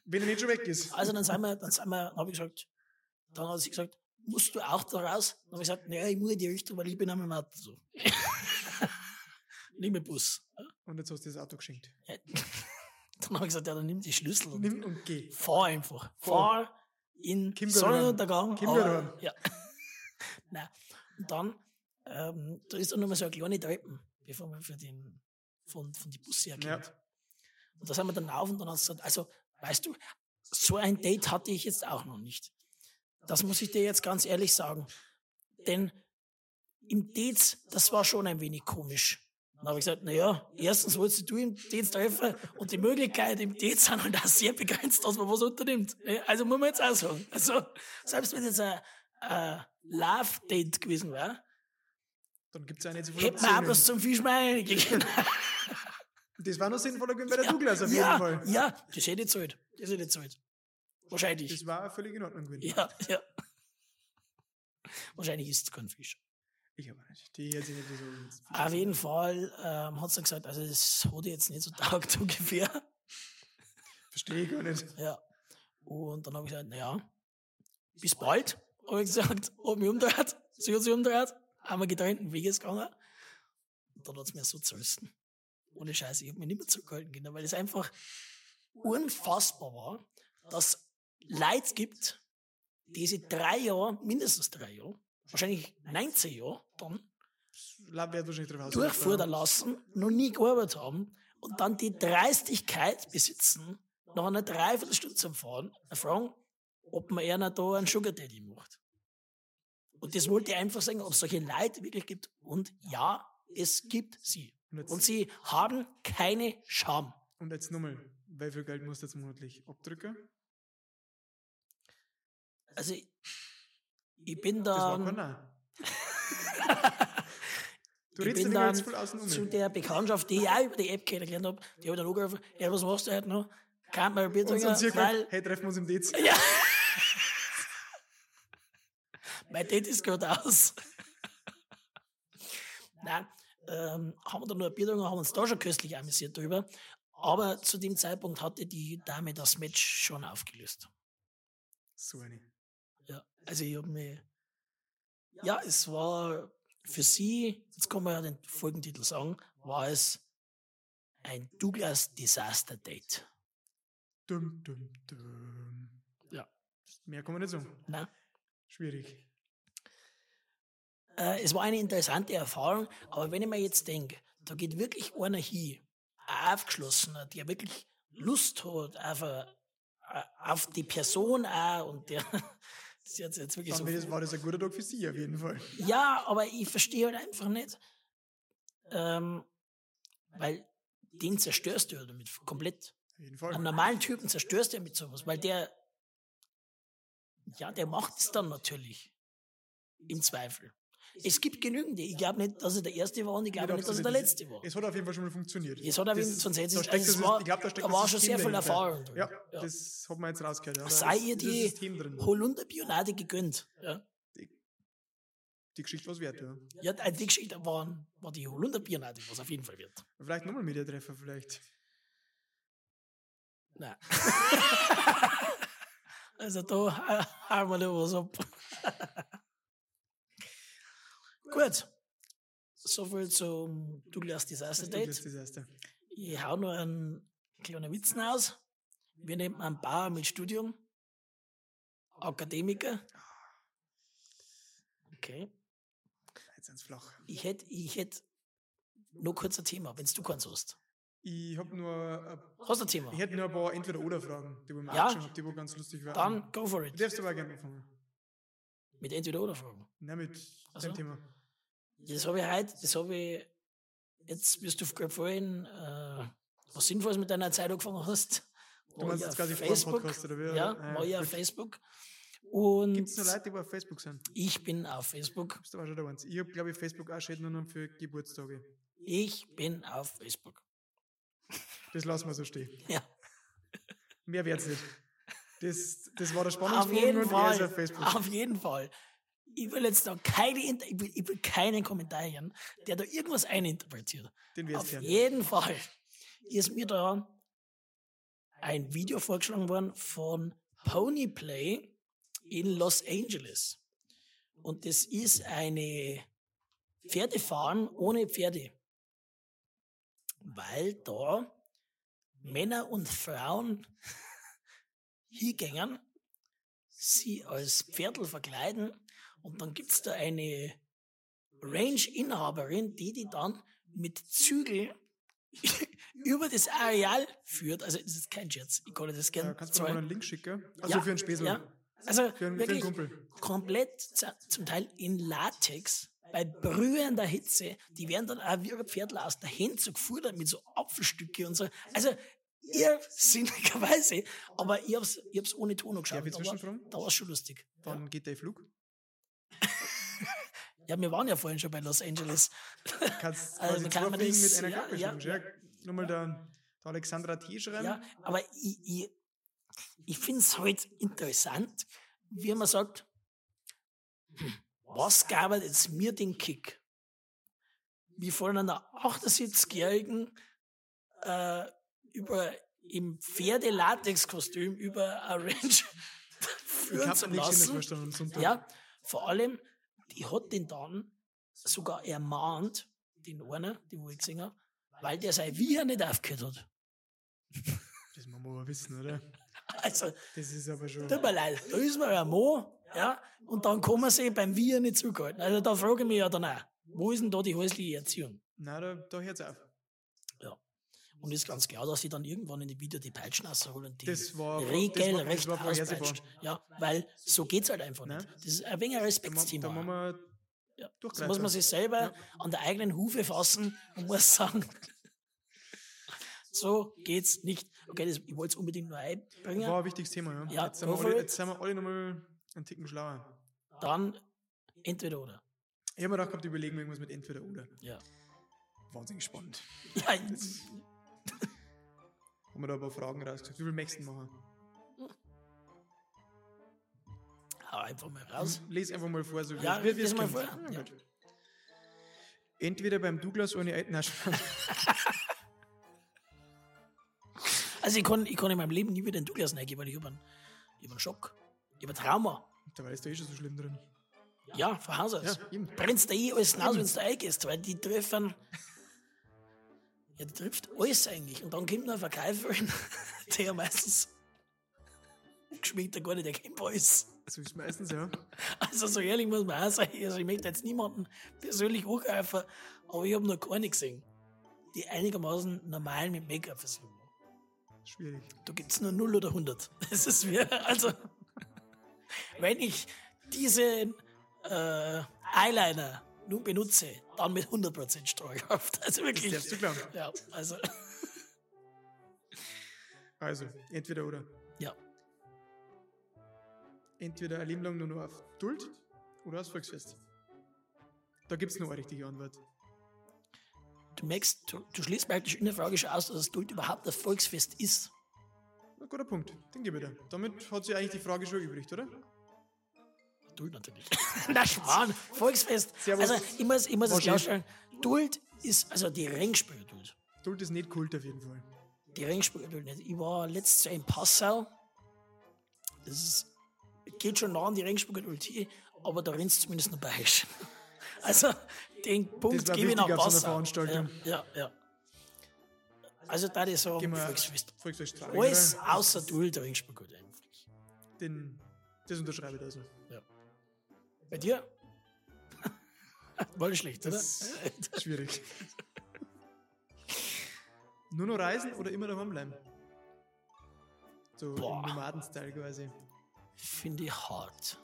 S3: Wenn er nicht schon weg ist.
S2: Also dann sind wir, dann sind wir, dann habe ich gesagt, dann hat sie gesagt, musst du auch da raus? Dann habe ich gesagt, naja, ich muss in die Richtung, weil ich bin am Auto so. nimm den Bus.
S3: Und jetzt hast du das Auto geschenkt.
S2: Ja. Dann habe ich gesagt, ja, dann nimm die Schlüssel und
S3: Nimm und geh.
S2: fahr einfach.
S3: Fahr.
S2: Fahr in
S3: Kimberlheim.
S2: Sonnenuntergang.
S3: Kimberlheim.
S2: aber- Ja. Nein. Und dann, ähm, da ist dann nochmal so eine kleine Treppe, bevor man für den, von, von die Busse erkennt.
S3: Ja.
S2: Und da sind wir dann auf und dann hast du gesagt, also, weißt du, so ein Date hatte ich jetzt auch noch nicht. Das muss ich dir jetzt ganz ehrlich sagen. Denn im Date, das war schon ein wenig komisch. Dann habe ich gesagt, naja, erstens wolltest du im Date treffen und die Möglichkeit im Date sind halt auch sehr begrenzt, dass man was unternimmt. Ne? Also muss man jetzt auch sagen. Also, selbst wenn jetzt ein, ein Love-Date gewesen wäre,
S3: Dann gibt es eine jetzt
S2: hätte man auch bloß zum Fischmeier reingegeben.
S3: Das war noch sinnvoller gewesen bei der Douglas auf jeden
S2: ja,
S3: Fall.
S2: Ja, das hätte ich gezahlt. Das hätte ich gezahlt. Wahrscheinlich.
S3: Das war völlig in Ordnung gewesen.
S2: Ja, ja. Wahrscheinlich ist es kein Fisch.
S3: Ich aber nicht. Die hätte sich nicht so.
S2: Auf jeden Fall ähm, hat sie gesagt, also das hat ihr jetzt nicht so taugt ungefähr.
S3: Verstehe ich gar nicht.
S2: Ja. Und dann habe ich gesagt, naja, bis bald, habe ich gesagt, ob mich umdreht. Sie hat sich umdreht, einmal getrennten Weges gegangen. Und dann hat es mir so zerrissen. Ohne Scheiße, ich habe mich nicht mehr zurückhalten können, weil es einfach unfassbar war, dass Leid gibt, die sie drei Jahre, mindestens drei Jahre, wahrscheinlich 19 Jahre dann,
S3: Lab wird wahrscheinlich drauf
S2: durchfordern
S3: ausgefallen.
S2: lassen, noch nie gearbeitet haben und dann die Dreistigkeit besitzen, nach einer Dreiviertelstunde zum Fahren, eine fragen, ob man eher da einen Sugar Daddy macht. Und das wollte ich einfach sagen, ob es solche Leute wirklich gibt. Und ja, es gibt sie.
S3: Und jetzt-
S2: Und sie haben keine Scham.
S3: Und jetzt nochmal. Wie viel Geld musst du jetzt monatlich abdrücken?
S2: Also, ich- ich bin
S3: Das
S2: da.
S3: war kein Nein. Du
S2: ich
S3: redest
S2: bin
S3: ja
S2: dann
S3: jetzt voll außen
S2: zu
S3: um.
S2: der Bekanntschaft, die ich auch über die App kennengelernt habe, die habe ich dann angerufen, ja, was machst du heute noch? Kann man ein Bier
S3: Und so ein
S2: trinken,
S3: Zirkel,
S2: weil
S3: hey, treffen wir uns um im Dez.
S2: Mein Date ist gerade aus. Nein, ähm, haben wir da nur eine Bier getrunken, haben uns da schon köstlich amüsiert drüber. Aber zu dem Zeitpunkt hatte die Dame das Match schon aufgelöst.
S3: So eine.
S2: Ja, also ich habe mir, ja, es war für sie, jetzt kann man ja den Folgentitel sagen, war es ein Douglas Disaster Date.
S3: Dum, dum, dum.
S2: Ja.
S3: Mehr kann man nicht sagen.
S2: Na?
S3: Schwierig.
S2: Äh, es war eine interessante Erfahrung, aber wenn ich mir jetzt denke, da geht wirklich einer hin, ein aufgeschlossener, der wirklich Lust hat auf, eine- auf die Person auch und der, das ist jetzt, jetzt wirklich so.
S3: Dann wird es- war das ein guter Tag für Sie auf jeden Fall.
S2: Ja, aber ich verstehe halt einfach nicht, ähm, weil den zerstörst du ja damit komplett.
S3: Auf jeden
S2: Am
S3: Fall.
S2: normalen Typen zerstörst du ja mit sowas, weil der, ja, der macht es dann natürlich. Im Zweifel. Es gibt genügende. Ich glaube nicht, dass er der Erste war und ich glaube
S3: Nicht
S2: nicht, dass er der
S3: absolut.
S2: Letzte war.
S3: Es hat auf jeden Fall schon mal funktioniert.
S2: Es hat auf jeden Fall, sonst hätte
S3: da
S2: es-
S3: steckt
S2: also es
S3: das-
S2: war-
S3: ich glaub, da steckt
S2: da
S3: das
S2: war schon
S3: System
S2: sehr viel
S3: dahinter.
S2: Erfahrung drin.
S3: Ja,
S2: Ja.
S3: das hat man jetzt rausgehört. Ja, da
S2: Sei
S3: ist
S2: ihr
S3: das
S2: die
S3: System drin.
S2: Holunderbionade gegönnt. Ja,
S3: Die Geschichte was wert, ja.
S2: ja also die Geschichte war, war die Holunderbionade, was auf jeden Fall wird.
S3: Vielleicht nochmal Mediatreffer, vielleicht.
S2: Nein. also da ha- haben wir noch was ab. Gut. Soviel zum Douglas Disaster
S3: Das
S2: Date.
S3: ist das erste.
S2: Ich hau noch einen kleinen Witz raus. Wir nehmen einen Bauer mit Studium. Akademiker. Okay.
S3: Jetzt sind's flach.
S2: Ich hätte ich hätt nur kurz ein Thema, wenn du keins hast.
S3: Ich habe nur, ein-
S2: Hast du ein Thema?
S3: ich hätte nur ein paar Entweder-Oder-Fragen, die wir mir
S2: Ja.
S3: auch schon haben, die wo ganz lustig waren.
S2: Dann go for
S3: Du
S2: it.
S3: darfst aber auch gerne anfangen.
S2: Mit entweder oder Fragen.
S3: Nein, mit
S2: Ach
S3: dem
S2: so.
S3: Thema.
S2: Das habe ich heute, das habe ich, jetzt bist du gerade vorhin, äh, was Sinnvolles mit deiner Zeit angefangen hast.
S3: Du meinst jetzt quasi vor dem Podcast, oder wie?
S2: Ja,
S3: Ja,
S2: war
S3: ja,
S2: ja auf
S3: gut.
S2: Facebook. Und
S3: Gibt es noch Leute, die auf Facebook sind? Du
S2: ich bin auf Facebook.
S3: bist aber schon der Einzige. Ich habe, glaube ich, Facebook auch schon nur noch für Geburtstage.
S2: Ich bin auf Facebook.
S3: Das lassen wir so stehen.
S2: Ja.
S3: Mehr wird's nicht. Das, das war der
S2: Auf
S3: Spannungsbogen
S2: jeden
S3: und er ist auf
S2: Fall.
S3: Facebook.
S2: Auf jeden Fall. Ich will jetzt da keine, Inter ich will, ich will keinen Kommentar hören, der da irgendwas eininterpretiert.
S3: Den wirst
S2: Auf
S3: du hören.
S2: jeden Fall ist mir da ein Video vorgeschlagen worden von Ponyplay in Los Angeles. Und das ist eine Pferdefarm ohne Pferde. Weil da Männer und Frauen hingängen, sie als Pferdel verkleiden und dann gibt's da eine Range-Inhaberin, die die dann mit Zügel über das Areal führt. Also das ist kein Scherz. Ich kann dir das
S3: Ja,
S2: gerne
S3: kannst du mir mal
S2: zeigen.
S3: einen Link schicken? Also
S2: Ja,
S3: für einen Späßel.
S2: ja. Also
S3: Für, einen, für einen
S2: wirklich
S3: Kumpel.
S2: komplett z- zum Teil in Latex bei brühender Hitze. Die werden dann auch wie ihre Pferdler aus der Hand so gefüttert mit so Apfelstücke und so. Also irrsinnigerweise. Aber ich hab's, ich hab's ohne Ton angeschaut.
S3: Darf ich
S2: Da war-
S3: zwischenfragen?
S2: Da war's schon lustig.
S3: Dann geht der Flug.
S2: Ja, wir waren ja vorhin schon bei Los Angeles.
S3: Kannst
S2: Also
S3: quasi
S2: kann
S3: zwei
S2: man
S3: Fliegen
S2: das-
S3: mit einer
S2: ja,
S3: Klappe
S2: ja,
S3: schlagen. Ja, Nur mal der, der Alexandra T. schreiben.
S2: Ja, aber ich, ich, ich finde es halt interessant, wie man sagt, hm, was gab jetzt mir den Kick? Wie von einer 78-Jährigen äh, über im Pferde-Latex-Kostüm über ein Range
S3: ich
S2: führen
S3: habe
S2: zu
S3: nichts Schönes
S2: lassen.
S3: verstanden am Sonntag.
S2: Ja, vor allem, die hat den dann sogar ermahnt, den einen, den wo ich gesehen habe, weil der sein Wiener nicht aufgehört hat.
S3: Das muss man aber wissen, oder?
S2: Also,
S3: Das ist aber schon.
S2: Tut mir leid, da ist man ja Mo, ja, und dann kann man sich beim Wir nicht zurückhalten. Also da frage ich mich ja dann auch, wo ist denn da die häusliche Erziehung?
S3: Nein, da, da hört es auf.
S2: Und ist ganz klar, dass sie dann irgendwann in dem Video die Peitschen rausholen und die
S3: Das war- das war-
S2: regelrecht
S3: das war vorhersehbar.
S2: auspeitschen. Ja, weil so geht's halt einfach
S3: Nein.
S2: nicht. Das ist ein wenig ein
S3: Ne? Da,
S2: Respektsthema.
S3: mu- da muss man
S2: Ja. Da
S3: durchgreifen.
S2: muss man sich selber an der eigenen Hufe fassen und muss sagen, so geht's nicht. Okay, das, ich wollte es unbedingt nur einbringen.
S3: War ein wichtiges Thema, ja.
S2: Ja,
S3: jetzt, sind
S2: go
S3: wir
S2: for
S3: alle,
S2: it.
S3: jetzt sind wir alle nochmal einen Ticken schlauer.
S2: Dann entweder oder.
S3: Ich habe mir gedacht, gehabt, überlegen wir irgendwas mit entweder oder.
S2: Ja.
S3: Wahnsinnig spannend.
S2: Ja,
S3: Haben wir da ein paar Fragen rausgesucht. Wie viel möchtest du machen?
S2: hau einfach mal raus.
S3: Lies einfach mal vor, so wie
S2: Ja,
S3: wie- wie
S2: lies
S3: es
S2: mal
S3: kommt.
S2: vor.
S3: Ah,
S2: Ja.
S3: gut. Entweder beim Douglas oder eine Nein, Spaß.
S2: Also ich kann, ich kann in meinem Leben nie wieder in Douglas reingehen, weil ich über einen, ich hab einen Schock, über Trauma.
S3: Dabei ist da eh schon so schlimm drin.
S2: Ja, von Haus aus.
S3: Ja, eben.
S2: Brennst da eh alles raus, wenn du da reingehst, weil die treffen Ja, die trifft alles eigentlich. Und dann kommt noch ein Verkäufer, der meistens geschminkter gar nicht erkennbar ist.
S3: So ist meistens, ja.
S2: Also so ehrlich muss man auch sein. Also ich möchte jetzt niemanden persönlich angreifen, aber ich habe noch keine gesehen, die einigermaßen normal mit Make-up versuchen.
S3: Schwierig.
S2: Da gibt es nur 0 oder 100. Das ist mir, also, wenn ich diesen äh, Eyeliner nun benutze, dann mit 100% Strahlkraft. Also wirklich.
S3: darfst du glauben.
S2: Ja, also,
S3: Also, entweder oder.
S2: ja.
S3: Entweder ein Leben lang nur noch auf Duld oder aufs Volksfest. Da gibt es nur eine richtige Antwort.
S2: Du merkst, du, du schließt praktisch in der Frage schon aus, dass das Duld überhaupt ein Volksfest ist.
S3: Na, guter Punkt. Den gebe ich dir. Damit hat sich eigentlich die Frage schon übrig, oder?
S2: Duld natürlich. Na Schwan, Volksfest.
S3: Servus.
S2: Also ich muss, ich muss es
S3: Moschee.
S2: klarstellen. Duld ist, also die Ringspüle Duld.
S3: Duld ist nicht Kult auf jeden Fall.
S2: Die Ringspüle Duld nicht. Ich war letztes Jahr in Passau. Das ist, geht schon nah an die Ringspüle Duld hin, aber da rennt zumindest noch bei. Also den Punkt
S3: war
S2: gebe ich nach
S3: wichtig auf so einer
S2: Passau.
S3: Veranstaltung.
S2: Ja, ja. ja. Also da ist so
S3: Gehen wir-
S2: Volksfest.
S3: Volksfest tragen,
S2: Alles
S3: oder?
S2: außer Duld, der Ringspüle Duld eigentlich.
S3: Den, das unterschreibe ich also. da so.
S2: Bei dir? War nicht schlecht, oder?
S3: Das ist schwierig. Nur noch reisen oder immer daheim bleiben? So im
S2: Boah.
S3: Nomaden-Style quasi.
S2: Finde ich hart.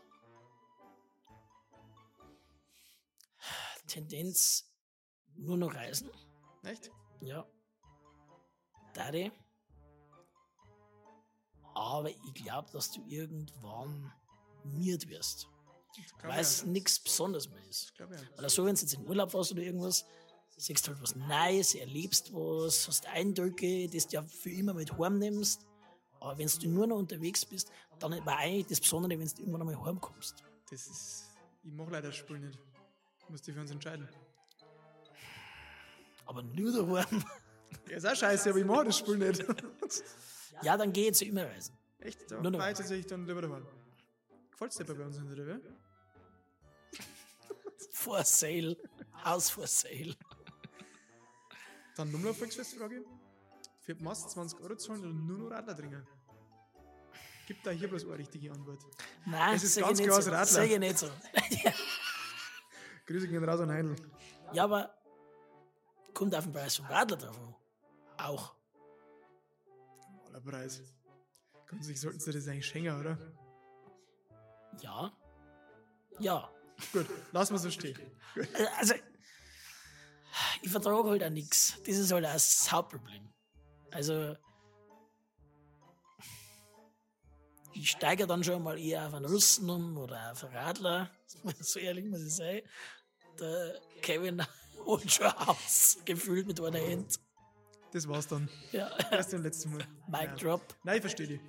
S2: Tendenz nur noch reisen.
S3: Echt?
S2: Ja. Daddy. Aber ich glaube, dass du irgendwann miert wirst. Weil es nichts Besonderes mehr ist.
S3: Ich glaube ja.
S2: Oder so, wenn du jetzt in Urlaub warst oder irgendwas, siehst halt was Neues, erlebst was, hast Eindrücke, das du ja für immer mit heimnimmst. Aber wenn du nur noch unterwegs bist, dann war eigentlich das Besondere, wenn du irgendwann einmal heimkommst.
S3: Das ist. Ich mache leider das Spiel nicht. Ich muss dich für uns entscheiden.
S2: Aber nur daheim,
S3: Ja, ist auch scheiße, aber ich mache das Spiel nicht.
S2: ja, dann geh jetzt immer reisen.
S3: Echt? Da
S2: Nur noch
S3: war
S2: rein.
S3: ich tatsächlich dann lieber daheim. Gefällt's dir bei uns in der Welt?
S2: For sale, Haus for sale.
S3: Dann nochmal eine Volksfestfrage. Für die Mast 20 Euro zahlen oder nur noch Radler trinken? Gib da hier bloß eine richtige Antwort.
S2: Nein,
S3: Es ist
S2: sag ich
S3: ganz
S2: nicht
S3: klar
S2: so.
S3: aus Radler.
S2: Sag ich nicht so.
S3: Grüße gehen raus an Heindl.
S2: Ja, aber kommt auf den Preis vom Radler drauf an. Auch.
S3: Aller Preis. Ganz sicher sollten sie das eigentlich schenken, oder?
S2: Ja. Ja.
S3: Gut, lassen wir so stehen.
S2: Also, ich vertrage halt auch nichts. Das ist halt auch das Hauptproblem. Also, ich steige dann schon mal eher auf einen Russen um oder auf einen Radler. So ehrlich muss ich sein. Der Kevin holt schon aus, gefühlt mit einer Hand.
S3: Das war's dann.
S2: Ja,
S3: Erst den letzten Mal.
S2: Mic
S3: Ja.
S2: drop.
S3: Nein, ich verstehe dich.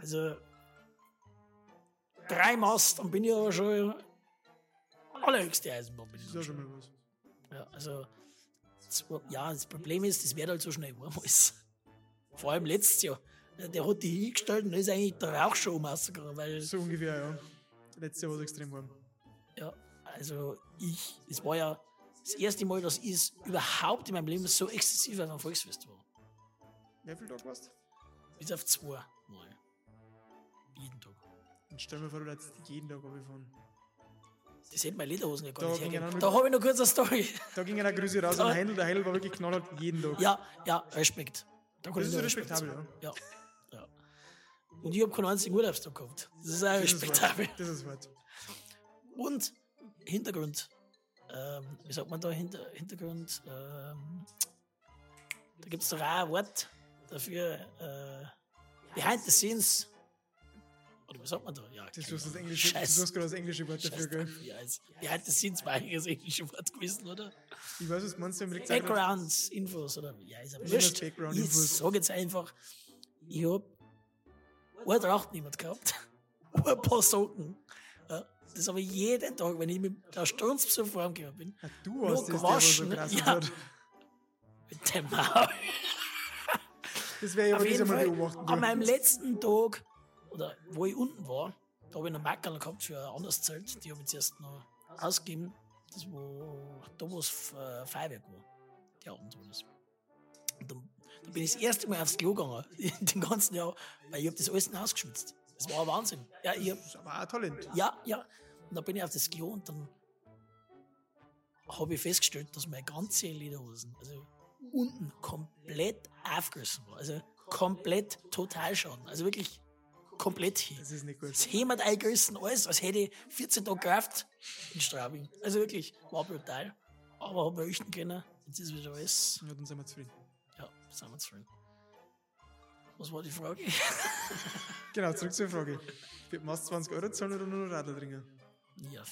S2: Also, drei Mast, dann bin ich aber schon allerhöchste Eisenbahn. Bin ich
S3: Das
S2: dann
S3: ist auch
S2: schon.
S3: schon mal was.
S2: Ja, also, das, Pro- ja, das Problem ist, das wird halt so schnell warm alles. Vor allem letztes Jahr. Der hat die hingestellt und da ist eigentlich der Rauch schon umgegangen, weil,
S3: So ungefähr, ja. Letztes Jahr war es extrem warm.
S2: ja, also ich, es war ja das erste Mal, dass ich es überhaupt in meinem Leben so exzessiv auf einem Volksfest war.
S3: Wie viel Tag warst
S2: Bis auf zwei Mal. Jeden Tag.
S3: Dann stell mir vor, du hättest jeden Tag runtergefahren.
S2: Das hätte meine Lederhosen ja gar
S3: Da
S2: nicht
S3: ging einer
S2: hergegeben.
S3: mit-
S2: Da habe ich noch kurz eine Story.
S3: Da ging eine Grüße raus an Heindl. Der Heindl war wirklich knallhart jeden Tag.
S2: Ja, ja, Respekt. Da kann
S3: Das
S2: ich
S3: ist
S2: nur
S3: respektabel,
S2: Respekt sagen. ja. ja. Und ich habe keinen einzigen Urlaubstag gehabt. Das ist auch
S3: Das ist
S2: respektabel.
S3: weit. Das ist weit.
S2: Und Hintergrund. Ähm, wie sagt man da hinter, Hintergrund? Ähm, da gibt es doch auch ein Wort dafür. Äh, behind the scenes. Oder wie sagt man da? Ja,
S3: Das
S2: keine
S3: ist das
S2: Ahnung.
S3: englische, du
S2: Scheiß-
S3: hast gerade das englische Wort
S2: Scheiß
S3: dafür, gell?
S2: drauf, wie heißt- Behind the scenes war eigentlich das englische Wort gewesen, oder?
S3: Ich weiß, was meinst du, wenn ich gesagt habe,
S2: Background-Infos oder ja, ist aber
S3: Sind das
S2: wurscht. Ich
S3: Background-Infos?
S2: sage jetzt einfach, ich hab eine Tracht niemand gehabt, ein paar Socken. Ja, das habe ich jeden Tag, wenn ich mit der Sturz zur Form gegangen bin,
S3: ah, du hast
S2: Nur
S3: das, der was so
S2: gewaschen,
S3: krass
S2: ja.
S3: hat.
S2: mit dem Maul.
S3: Das werde ich
S2: Auf
S3: aber
S2: jeden
S3: diesmal
S2: Fall,
S3: beobachten.
S2: an
S3: du.
S2: meinem letzten Tag, oder wo ich unten war, da habe ich noch Mackerl gehabt für ein anderes Zelt, die habe ich zuerst noch ausgegeben, das war da, wo es äh, Feuerwerk war. der Abend war das. Und dann, dann bin ich das erste Mal aufs Klo gegangen, den ganzen Jahr, weil ich habe das alles ausgeschwitzt. Das war ein Wahnsinn. Ja, ich hab,
S3: Das ist aber auch ein Talent.
S2: ja, ja. Und dann bin ich auf das Klo und dann habe ich festgestellt, dass meine ganze Lederhosen, also unten komplett aufgerissen war. Also komplett Totalschaden. Also wirklich komplett hier.
S3: Das ist nicht
S2: Das
S3: gut.
S2: hämmert eingerissen alles, als hätte ich 14 Tage gehabt in Straubing. Also wirklich, war brutal. Aber hab mir richten können. Jetzt ist wieder alles.
S3: Ja, dann sind wir zufrieden.
S2: Ja, sind wir zufrieden. Was war die Frage?
S3: Genau, zurück zur Frage. Machst du 20 Euro zahlen oder nur noch Radl trinken?
S2: ja.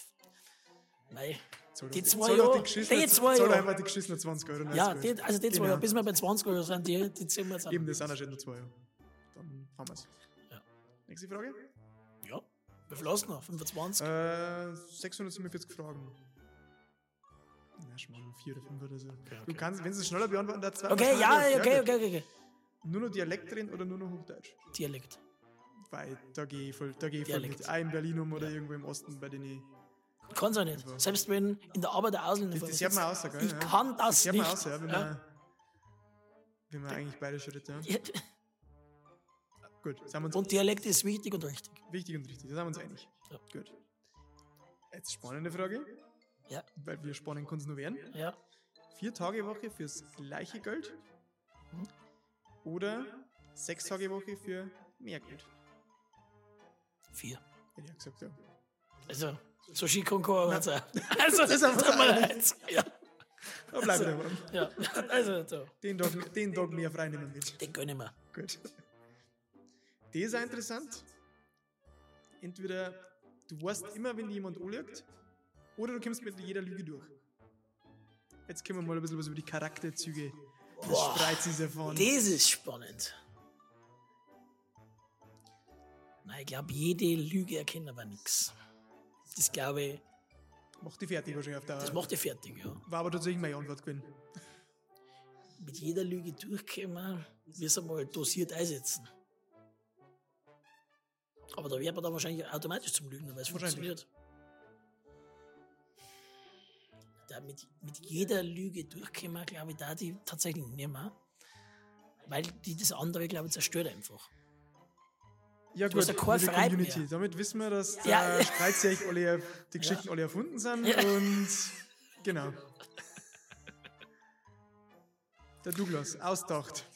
S2: Nein.
S3: Zahl doch
S2: Die
S3: die-
S2: zwei
S3: zahl doch
S2: Jahre,
S3: die geschissenen-
S2: die zwei
S3: Zahl doch
S2: Jahre.
S3: einfach die geschissenen 20 Euro. dann ist
S2: Ja,
S3: gut.
S2: die, also die zwei,
S3: Genau.
S2: bis wir bei 20 Euro sind, die, die ziehen wir jetzt an.
S3: Eben, das sind ja schon nur zwei Jahre. Dann haben wir es.
S2: Ja.
S3: Nächste Frage?
S2: Ja, wie viel hast du noch? 25?
S3: Äh, 647 Fragen. Na, schon mal vier oder fünf oder so. Du
S2: okay.
S3: kannst, wenn du es schneller beantworten, da zwei.
S2: okay,
S3: zwei-
S2: ja, okay,
S3: gut.
S2: okay, okay, okay.
S3: Nur noch Dialekt drin oder nur noch Hochdeutsch?
S2: Dialekt.
S3: Weil da gehe ich voll, da gehe ich voll
S2: Dialekt.
S3: mit. Auch in Berlin um oder irgendwo im Osten bei E. denen.
S2: Kann es auch nicht. Selbst wenn in der Arbeit der Ausländer
S3: Also- Das,
S2: vor mir
S3: das hört man
S2: sitzt.
S3: aus, gell?
S2: Ich
S3: ja.
S2: kann das,
S3: Das hört
S2: nicht.
S3: man aus, ja, wenn
S2: Ja.
S3: man, wenn man eigentlich beide Schritte haben.
S2: Ja,
S3: Gut, sind wir uns
S2: Und Dialekt ist wichtig und richtig.
S3: Wichtig und richtig, da sind wir uns einig.
S2: Ja.
S3: Gut. Jetzt spannende Frage.
S2: Ja.
S3: Weil wir spannend können es nur werden.
S2: Ja.
S3: Vier Tage Woche fürs gleiche Geld oder sechs Tage Woche für mehr Geld.
S2: Vier.
S3: Hätte ich auch gesagt, ja.
S2: Also, so schick kann keiner mehr sein. Also, das ist
S3: einfach
S2: einfach
S3: so
S2: mal
S3: einig.
S2: eins. Ja,
S3: Aber bleib
S2: Also-
S3: dabei.
S2: ja. Also, so.
S3: Den Tag, den Tag mehr frei nehmen mit.
S2: Den gönn ich mir.
S3: Gut. Das ist auch interessant. Entweder du weißt immer, wenn dir jemand anlügt, oder du kommst mit jeder Lüge durch. Jetzt können wir mal ein bisschen was über die Charakterzüge des
S2: Boah.
S3: Spreizis erfahren.
S2: Das ist spannend. Nein, ich glaube, jede Lüge erkennt aber nichts. Das glaube ich,
S3: Macht die fertig wahrscheinlich auf der
S2: das macht ihr fertig, ja.
S3: War aber tatsächlich meine Antwort gewesen.
S2: Mit jeder Lüge durchkommen, müssen wir mal dosiert einsetzen. Aber da wird man dann wahrscheinlich automatisch zum Lügner, weil es
S3: Wahrscheinlich.
S2: funktioniert. Da mit, mit jeder Lüge durchkommen, glaube ich, da die tatsächlich nicht mehr. Weil die das andere, glaube ich, zerstört einfach.
S3: Ja,
S2: Du hast ja keine
S3: liebe
S2: Freiheit
S3: Community.
S2: mehr.
S3: Damit wissen wir, dass
S2: Ja.
S3: der Spreizis eigentlich alle, die Geschichten alle erfunden sind
S2: Ja.
S3: und genau. Der Douglas, austacht.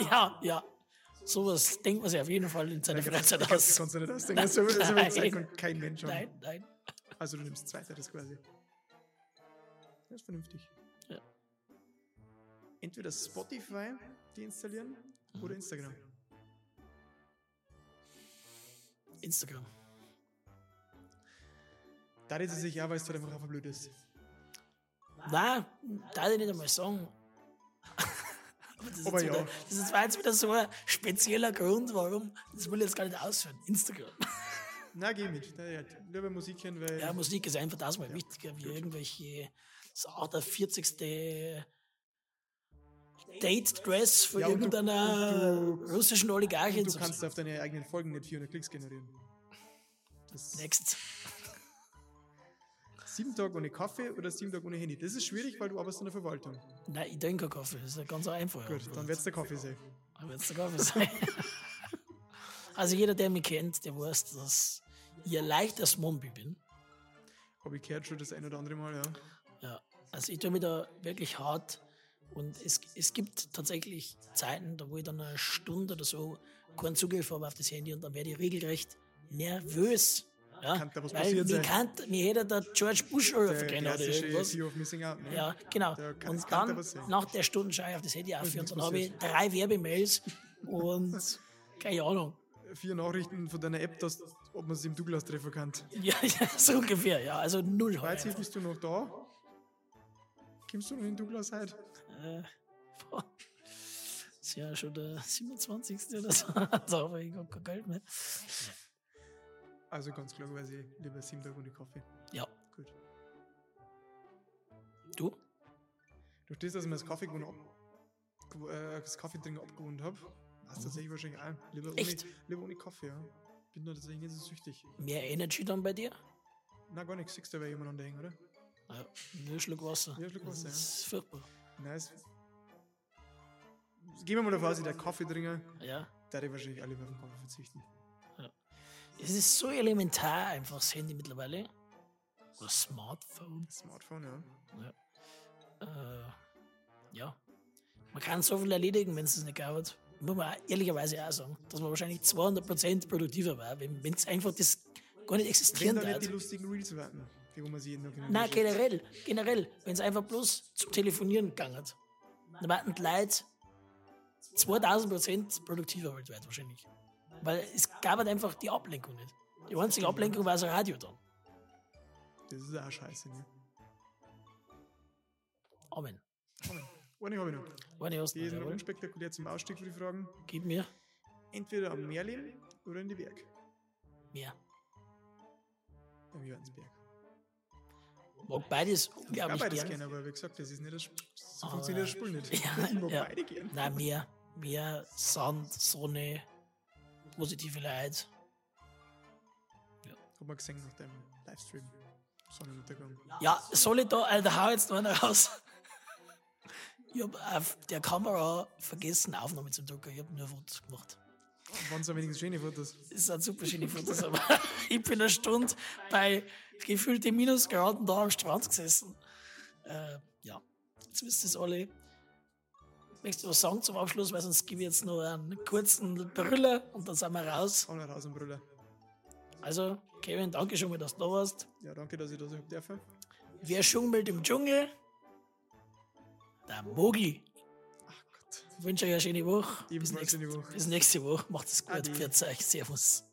S2: Ja, ja. Sowas denkt man sich auf jeden Fall in seiner Freizeit
S3: Das
S2: aus.
S3: kannst du nicht ausdenken. So wird so
S2: Nein.
S3: wird sein kann kein Mensch haben.
S2: Nein, nein.
S3: Also du nimmst zweiteres quasi. Das ist vernünftig.
S2: Ja.
S3: Entweder Spotify deinstallieren
S2: Mhm.
S3: oder Instagram.
S2: Instagram.
S3: Da redet sie sich ja, weil es halt einfach einfach blöd ist.
S2: Nein, darf ich nicht einmal sagen. Aber das, ist
S3: Aber
S2: jetzt wieder,
S3: ja.
S2: das ist war jetzt wieder so ein spezieller Grund, warum. Das will ich jetzt gar nicht ausführen. Instagram.
S3: Na, geh mit. Da, ja, lieber Musik hören, weil
S2: Ja, Musik ist einfach das mal wichtiger, wie irgendwelche. Das ist auch der 40. Date-Dress von
S3: Ja, und du-
S2: irgendeiner
S3: und du-
S2: russischen Oligarchin.
S3: du kannst auf deine eigenen Folgen nicht 400 Klicks generieren. Das
S2: Next.
S3: sieben Tage ohne Kaffee oder sieben Tage ohne Handy. Das ist schwierig, weil du arbeitest in der Verwaltung.
S2: Nein, ich trinke keinen Kaffee. Das ist ja ganz einfach.
S3: Gut, dann wird's der Kaffee sein.
S2: Dann wird's der Kaffee sein. also jeder, der mich kennt, der weiß, dass ich ein leichter Mombi bin.
S3: Hab ich gehört schon das ein oder andere Mal, ja.
S2: Ja, also ich tue mich da wirklich hart und es, es gibt tatsächlich Zeiten, da wo ich dann eine Stunde oder so keinen Zugriff habe auf das Handy und dann werde ich regelrecht nervös. Ja,
S3: Kann da was
S2: weil
S3: passiert
S2: mir
S3: sein.
S2: Kann, mir hätte der George Bush oder
S3: Der
S2: verkennen oder
S3: klassische
S2: irgendwas.
S3: Fear of Missing Out. Ne?
S2: Ja, genau.
S3: Da kann-
S2: und
S3: kann da
S2: dann
S3: was sein.
S2: nach der Stunde schaue ich auf das Handy auf und
S3: nichts
S2: dann habe ich drei Werbemails und keine Ahnung.
S3: Vier Nachrichten von deiner App, dass, ob man es im Douglas treffen kann.
S2: Ja, ja, so ungefähr, Oh, ja. Also null
S3: Weiß
S2: heute.
S3: ich, bist du noch da? Kommst du noch in Douglas heute?
S2: Äh, boah. ist ja schon der 27. oder so. Also, aber ich habe kein Geld mehr.
S3: Also ganz klar, weil ich lieber sieben Tage ohne Kaffee.
S2: Ja,
S3: Gut.
S2: du?
S3: Durch das, dass ich mir also das Kaffee gewohnt ab, äh, das Kaffeetrinken abgewohnt habe, hast du tatsächlich wahrscheinlich auch. Lieber ohne,
S2: Echt?
S3: lieber ohne Kaffee, ja. Bin da tatsächlich nicht so süchtig.
S2: Mehr Energy dann bei dir?
S3: Na gar nichts, siehst du, wer jemand anhängt, oder?
S2: Ja, nur ein Schluck Wasser.
S3: Ja, ein Schluck Wasser,
S2: Das ist furchtbar.
S3: Nice. Gehen wir mal davon aus, der Kaffeedringer,
S2: Ja.
S3: der hat wahrscheinlich alle auf den Kaffee verzichten.
S2: Es ist so elementar einfach das Handy mittlerweile. Oder Smartphone.
S3: Smartphone, ja.
S2: Äh, ja. Man kann so viel erledigen, wenn es es nicht gab. Muss man auch ehrlicherweise auch sagen, dass man wahrscheinlich 200% produktiver war, wenn es einfach das gar nicht
S3: Wenn
S2: existieren
S3: da nicht die
S2: darf.
S3: lustigen Reels warten, die wo man sich jeden Tag in den
S2: Nein,
S3: Bildschirm-
S2: generell, generell, wenn es einfach bloß zum Telefonieren gegangen hat. Dann warten die Leute 2000% produktiver weltweit wahrscheinlich. Weil es gab halt einfach die Ablenkung nicht. Die einzige Ablenkung war das Radio dann.
S3: Das ist auch scheiße, ne?
S2: Amen.
S3: Ordnung habe ich noch.
S2: War nicht
S3: Die sind noch
S2: jawohl.
S3: unspektakulär zum Ausstieg für die Fragen.
S2: Gib mir
S3: Entweder am Meer leben oder in die Berg.
S2: mehr.
S3: Am Jörnsberg.
S2: Mag beides
S3: Ich kann
S2: unglaublich
S3: beides
S2: gerne.
S3: gerne, aber wie gesagt, das ist nicht das Sp- So
S2: Aber-
S3: funktioniert das Spiel nicht.
S2: Ja,
S3: ich mag
S2: ja.
S3: beide gern.
S2: Nein, mehr. Mehr Sand, Sonne, positive Leid.
S3: Hat man gesehen nach dem Livestream. Sonnenuntergang.
S2: Ja, soll ich da, Alter, hau jetzt noch einer raus. Ich hab auf der Kamera vergessen, Aufnahme zu drücken. Ich hab nur Fotos gemacht.
S3: Waren so wenigstens schöne Fotos.
S2: Das sind super schöne Fotos, aber ich bin eine Stunde bei gefühlten Minusgraden da am Strand gesessen. Äh, ja, jetzt wisst ihr es alle. Möchtest du was sagen zum Abschluss, weil sonst gebe ich jetzt noch einen kurzen Brüller und dann sind wir raus.
S3: Auch noch raus am Brüller.
S2: Also, Kevin, danke schon mal, dass du da warst.
S3: Ja, danke, dass ich da sein darf.
S2: Wer schummelt im Dschungel? Der Mogli.
S3: Ach Gott.
S2: Ich wünsche euch eine schöne Woche. Bis
S3: Ebenfalls
S2: nächste,
S3: schöne Woche.
S2: bis nächste Woche. Macht es gut.
S3: Ade.
S2: Pfiat euch. Servus.